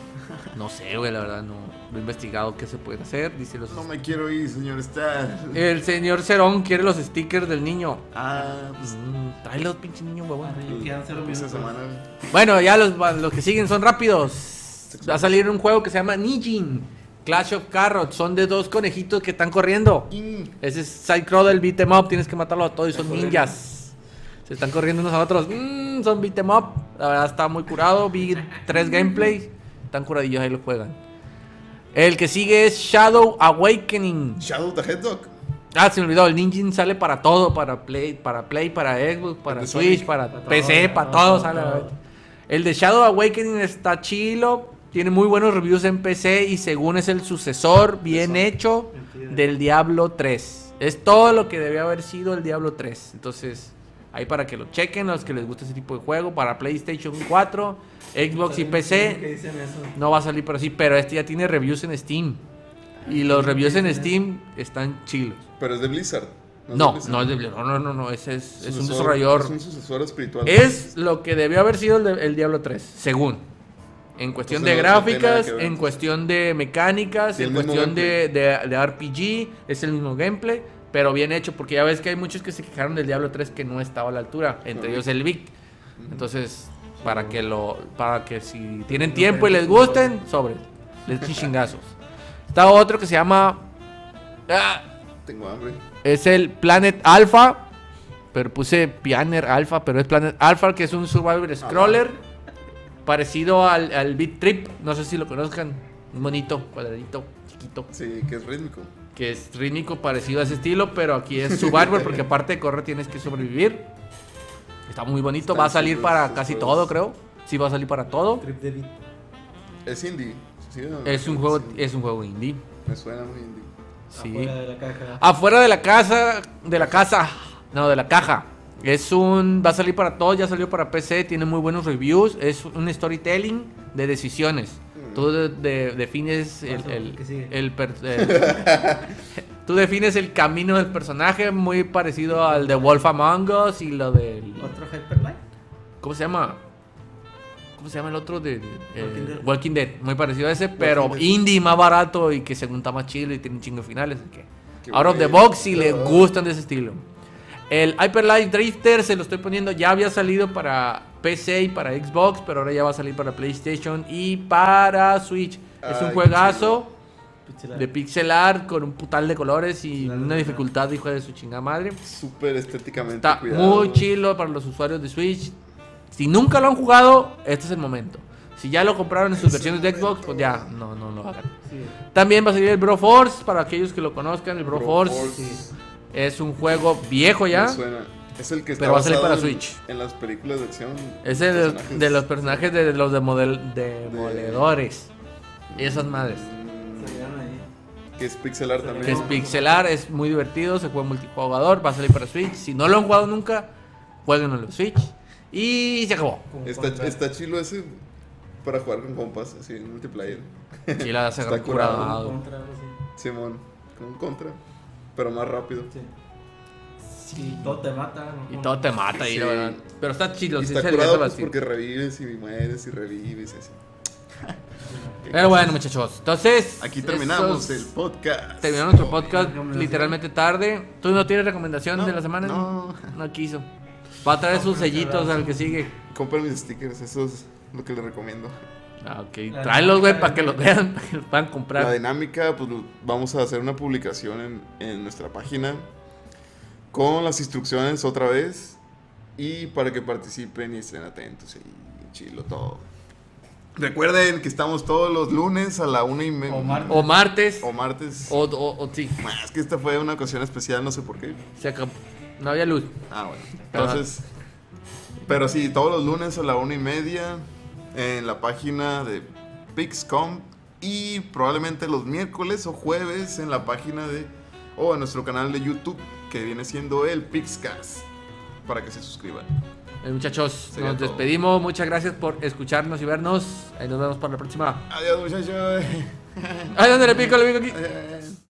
S2: No sé, güey, la verdad, no, no he investigado qué se puede hacer. Dice los...
S1: No me quiero ir, señor. Está.
S2: El señor Cerón quiere los stickers del niño.
S1: Ah, pues.
S2: Mm, tráelos, pinche niño, huevón.
S4: Arriba, Quedan cero
S1: Esta Pues,
S4: minutos.
S1: semana.
S2: Bueno, ya los, los que siguen son rápidos. Va a salir un juego que se llama Nijin. Clash of Carrots. Son de dos conejitos que están corriendo.
S1: Mm.
S2: Ese es Sidecrawler, el beat em up, tienes que matarlo a todos y son
S4: Joder.
S2: ninjas. Se están corriendo unos a otros. Mm, son beat em up. La verdad está muy curado. Vi tres gameplays. Están curadillos, ahí lo juegan. El que sigue es Shadow Awakening.
S1: Shadow the Hedgehog.
S2: Ah, se me olvidó, el Ninjin sale para todo, para Play, para Play, para Xbox, para
S1: de
S2: Switch,
S1: Sonic.
S2: para
S4: Para todo,
S2: PC,
S4: para
S2: para
S4: todo,
S2: todo,
S4: para
S2: sale.
S4: todo.
S2: El de Shadow Awakening está chilo, tiene muy buenos reviews en PC y según es el sucesor bien
S4: Sucesor.
S2: hecho
S4: Mentira.
S2: del Diablo 3. Es todo lo que debía haber sido el Diablo 3. Entonces, ahí para que lo chequen, los que les gusta ese tipo de juego, para PlayStation 4, Xbox y
S4: ¿Saben por qué
S2: PC,
S4: dicen eso?
S2: no va a salir para sí, pero este ya tiene reviews en Steam. Y los reviews en
S4: sí, sí.
S2: Steam están chilos.
S1: Pero es de Blizzard.
S2: No,
S1: es de Blizzard.
S2: no es de Blizzard. No, no, no, no, ese es, es un
S1: Sucesor-
S2: desarrollador.
S1: Es un sucesor espiritual.
S2: Es lo que debió haber sido el, de- el Diablo 3, según. En cuestión de
S1: Entonces, no- no tiene nada
S2: gráficas,
S1: que ver,
S2: en
S1: entonces.
S2: cuestión de mecánicas,
S1: Del
S2: en
S1: mismo
S2: cuestión de, de- de RPG, es el mismo gameplay, pero bien hecho, porque ya ves que hay muchos que se quejaron del Diablo 3 que no estaba a la altura, entre
S1: Correcto.
S2: ellos el Vic. Entonces, para que lo para que si tienen tiempo y les gusten, sobre, les echen chingazos. Está otro que se llama ah,
S1: Tengo hambre.
S2: es el Planet Alpha. Pero puse Pianer Alpha, pero es Planet Alpha, que es un
S1: Ah,
S2: Survivor Scroller. Parecido al, al Beat Trip. No sé si lo conozcan. Un monito, cuadradito, chiquito.
S1: Sí, que es rítmico.
S2: Que es rítmico, parecido a ese estilo. Pero aquí es Survivor, porque aparte de correr tienes que sobrevivir. Está muy bonito. va a
S1: Están
S2: salir
S1: chidos
S2: para
S1: esos
S2: casi
S1: juegos.
S2: todo, creo. Sí, va a salir para todo.
S4: Trip de beat.
S1: Es indie. ¿sí Ah, o no?
S2: Es un juego,
S1: indie.
S2: es un juego indie.
S1: Me suena muy indie.
S2: Sí. Ah.
S4: Afuera de la caja.
S2: Afuera de la casa, de la casa, no, de la caja. Es un, va a salir para todos, ya salió para PC, tiene muy buenos reviews, es un storytelling de decisiones. Tú de- de- defines el,
S4: Paso,
S2: el-
S4: que sigue.
S2: el per- el- tú defines el camino del personaje, muy parecido al de Wolf Among Us y lo del,
S4: ¿Otro Hyperlight?
S2: ¿cómo se llama? ¿Cómo se llama el otro de, de- eh,
S4: Walking
S2: Walking,
S4: Dead.
S2: Dead. Muy parecido a ese, pero
S1: Dead.
S2: indie más barato y que se junta más chido y tiene un chingo de finales. así que
S1: Qué
S2: Out of the
S1: bueno.
S2: box si le
S1: Pero-
S2: gustan de ese estilo. El Hyper Light Drifter se lo estoy poniendo, ya había salido para PC y para Xbox, pero ahora ya va a salir para PlayStation y para Switch. Es un
S1: Ay,
S2: juegazo
S4: Pixelar.
S2: de pixel art con un putal de colores y
S4: Claro,
S2: una
S4: claro.
S2: dificultad, hijo de su chingada madre.
S1: Súper estéticamente
S2: Está
S1: cuidado.
S2: muy chilo para los usuarios de Switch. Si nunca lo han jugado, este es el momento. Si ya lo compraron en sus versiones de Xbox, pues ya, no, no lo hagan.
S4: Sí.
S2: También va a salir el Bro Force, para aquellos que lo conozcan, el Bro, Force,
S1: sí.
S2: es un juego viejo ya.
S1: Me suena. Es el que está
S2: Pero va a salir
S1: basado
S2: para
S1: en-
S2: Switch.
S1: En las películas de acción.
S2: Es
S1: de
S2: el
S1: personajes.
S2: de los personajes de los demodel- demoledores. Y esas madres.
S1: Mm,
S4: Se quedaron ahí.
S1: Que es pixel art también.
S2: Que es pixelar, es muy divertido, se juega multijugador, va a salir para Switch. Si no lo han jugado nunca, jueguen en los Switch. Y se acabó.
S4: Como
S1: Está,
S4: contra-
S1: está chilo ese para jugar con compas, así en multiplayer.
S2: Y la se
S1: Está
S2: ha
S1: curado.
S4: como
S2: curado.
S4: contra, algo así.
S1: Simón, con un contra, pero más rápido.
S4: Sí. Y todo te mata. ¿no?
S2: Y todo te mata ahí,
S1: Sí.
S2: la verdad. Pero está chido,
S1: Y
S2: sí,
S1: está
S2: se
S1: curado
S2: regresa
S1: pues,
S2: así.
S1: porque revives y mueres y revives y así.
S2: Pero bueno, muchachos. Entonces.
S1: Aquí terminamos
S2: esos-
S1: el podcast.
S2: Terminamos nuestro
S1: Joder.
S2: podcast
S4: recomendación.
S2: literalmente tarde. ¿Tú no tienes recomendación
S1: No,
S2: de la semana?
S1: no.
S2: No quiso. Va a traer sus sellitos al que sigue.
S1: Compren mis stickers, eso es lo que les recomiendo.
S2: Ah, ok.
S4: La
S2: Tráelos, güey,
S4: dinámica
S2: para que
S4: de-
S2: los vean, para que los puedan
S1: La
S2: comprar.
S1: dinámica, pues lo- vamos a hacer una publicación en, en nuestra página con las instrucciones otra vez y para que participen y estén atentos y chilo todo. Recuerden que estamos todos los lunes a la una y media.
S4: O martes.
S2: O martes.
S1: O martes. Ah,
S2: O, o, o sí.
S1: Es que esta fue una ocasión especial, no sé por qué.
S2: Se acabó. No había luz.
S1: Ah, bueno. Entonces, pero sí, todos los lunes a la una y media en la página de Pixcom y probablemente los miércoles o jueves en la página de o en nuestro canal de YouTube que viene siendo el Pixcast para que se suscriban.
S2: Eh, muchachos,
S1: Sería
S2: nos
S1: todo.
S2: despedimos. Muchas gracias por escucharnos y vernos. Ahí nos vemos para la próxima.
S1: Adiós, muchachos.
S2: Ay, dónde le pico, le pico aquí.
S1: Adiós.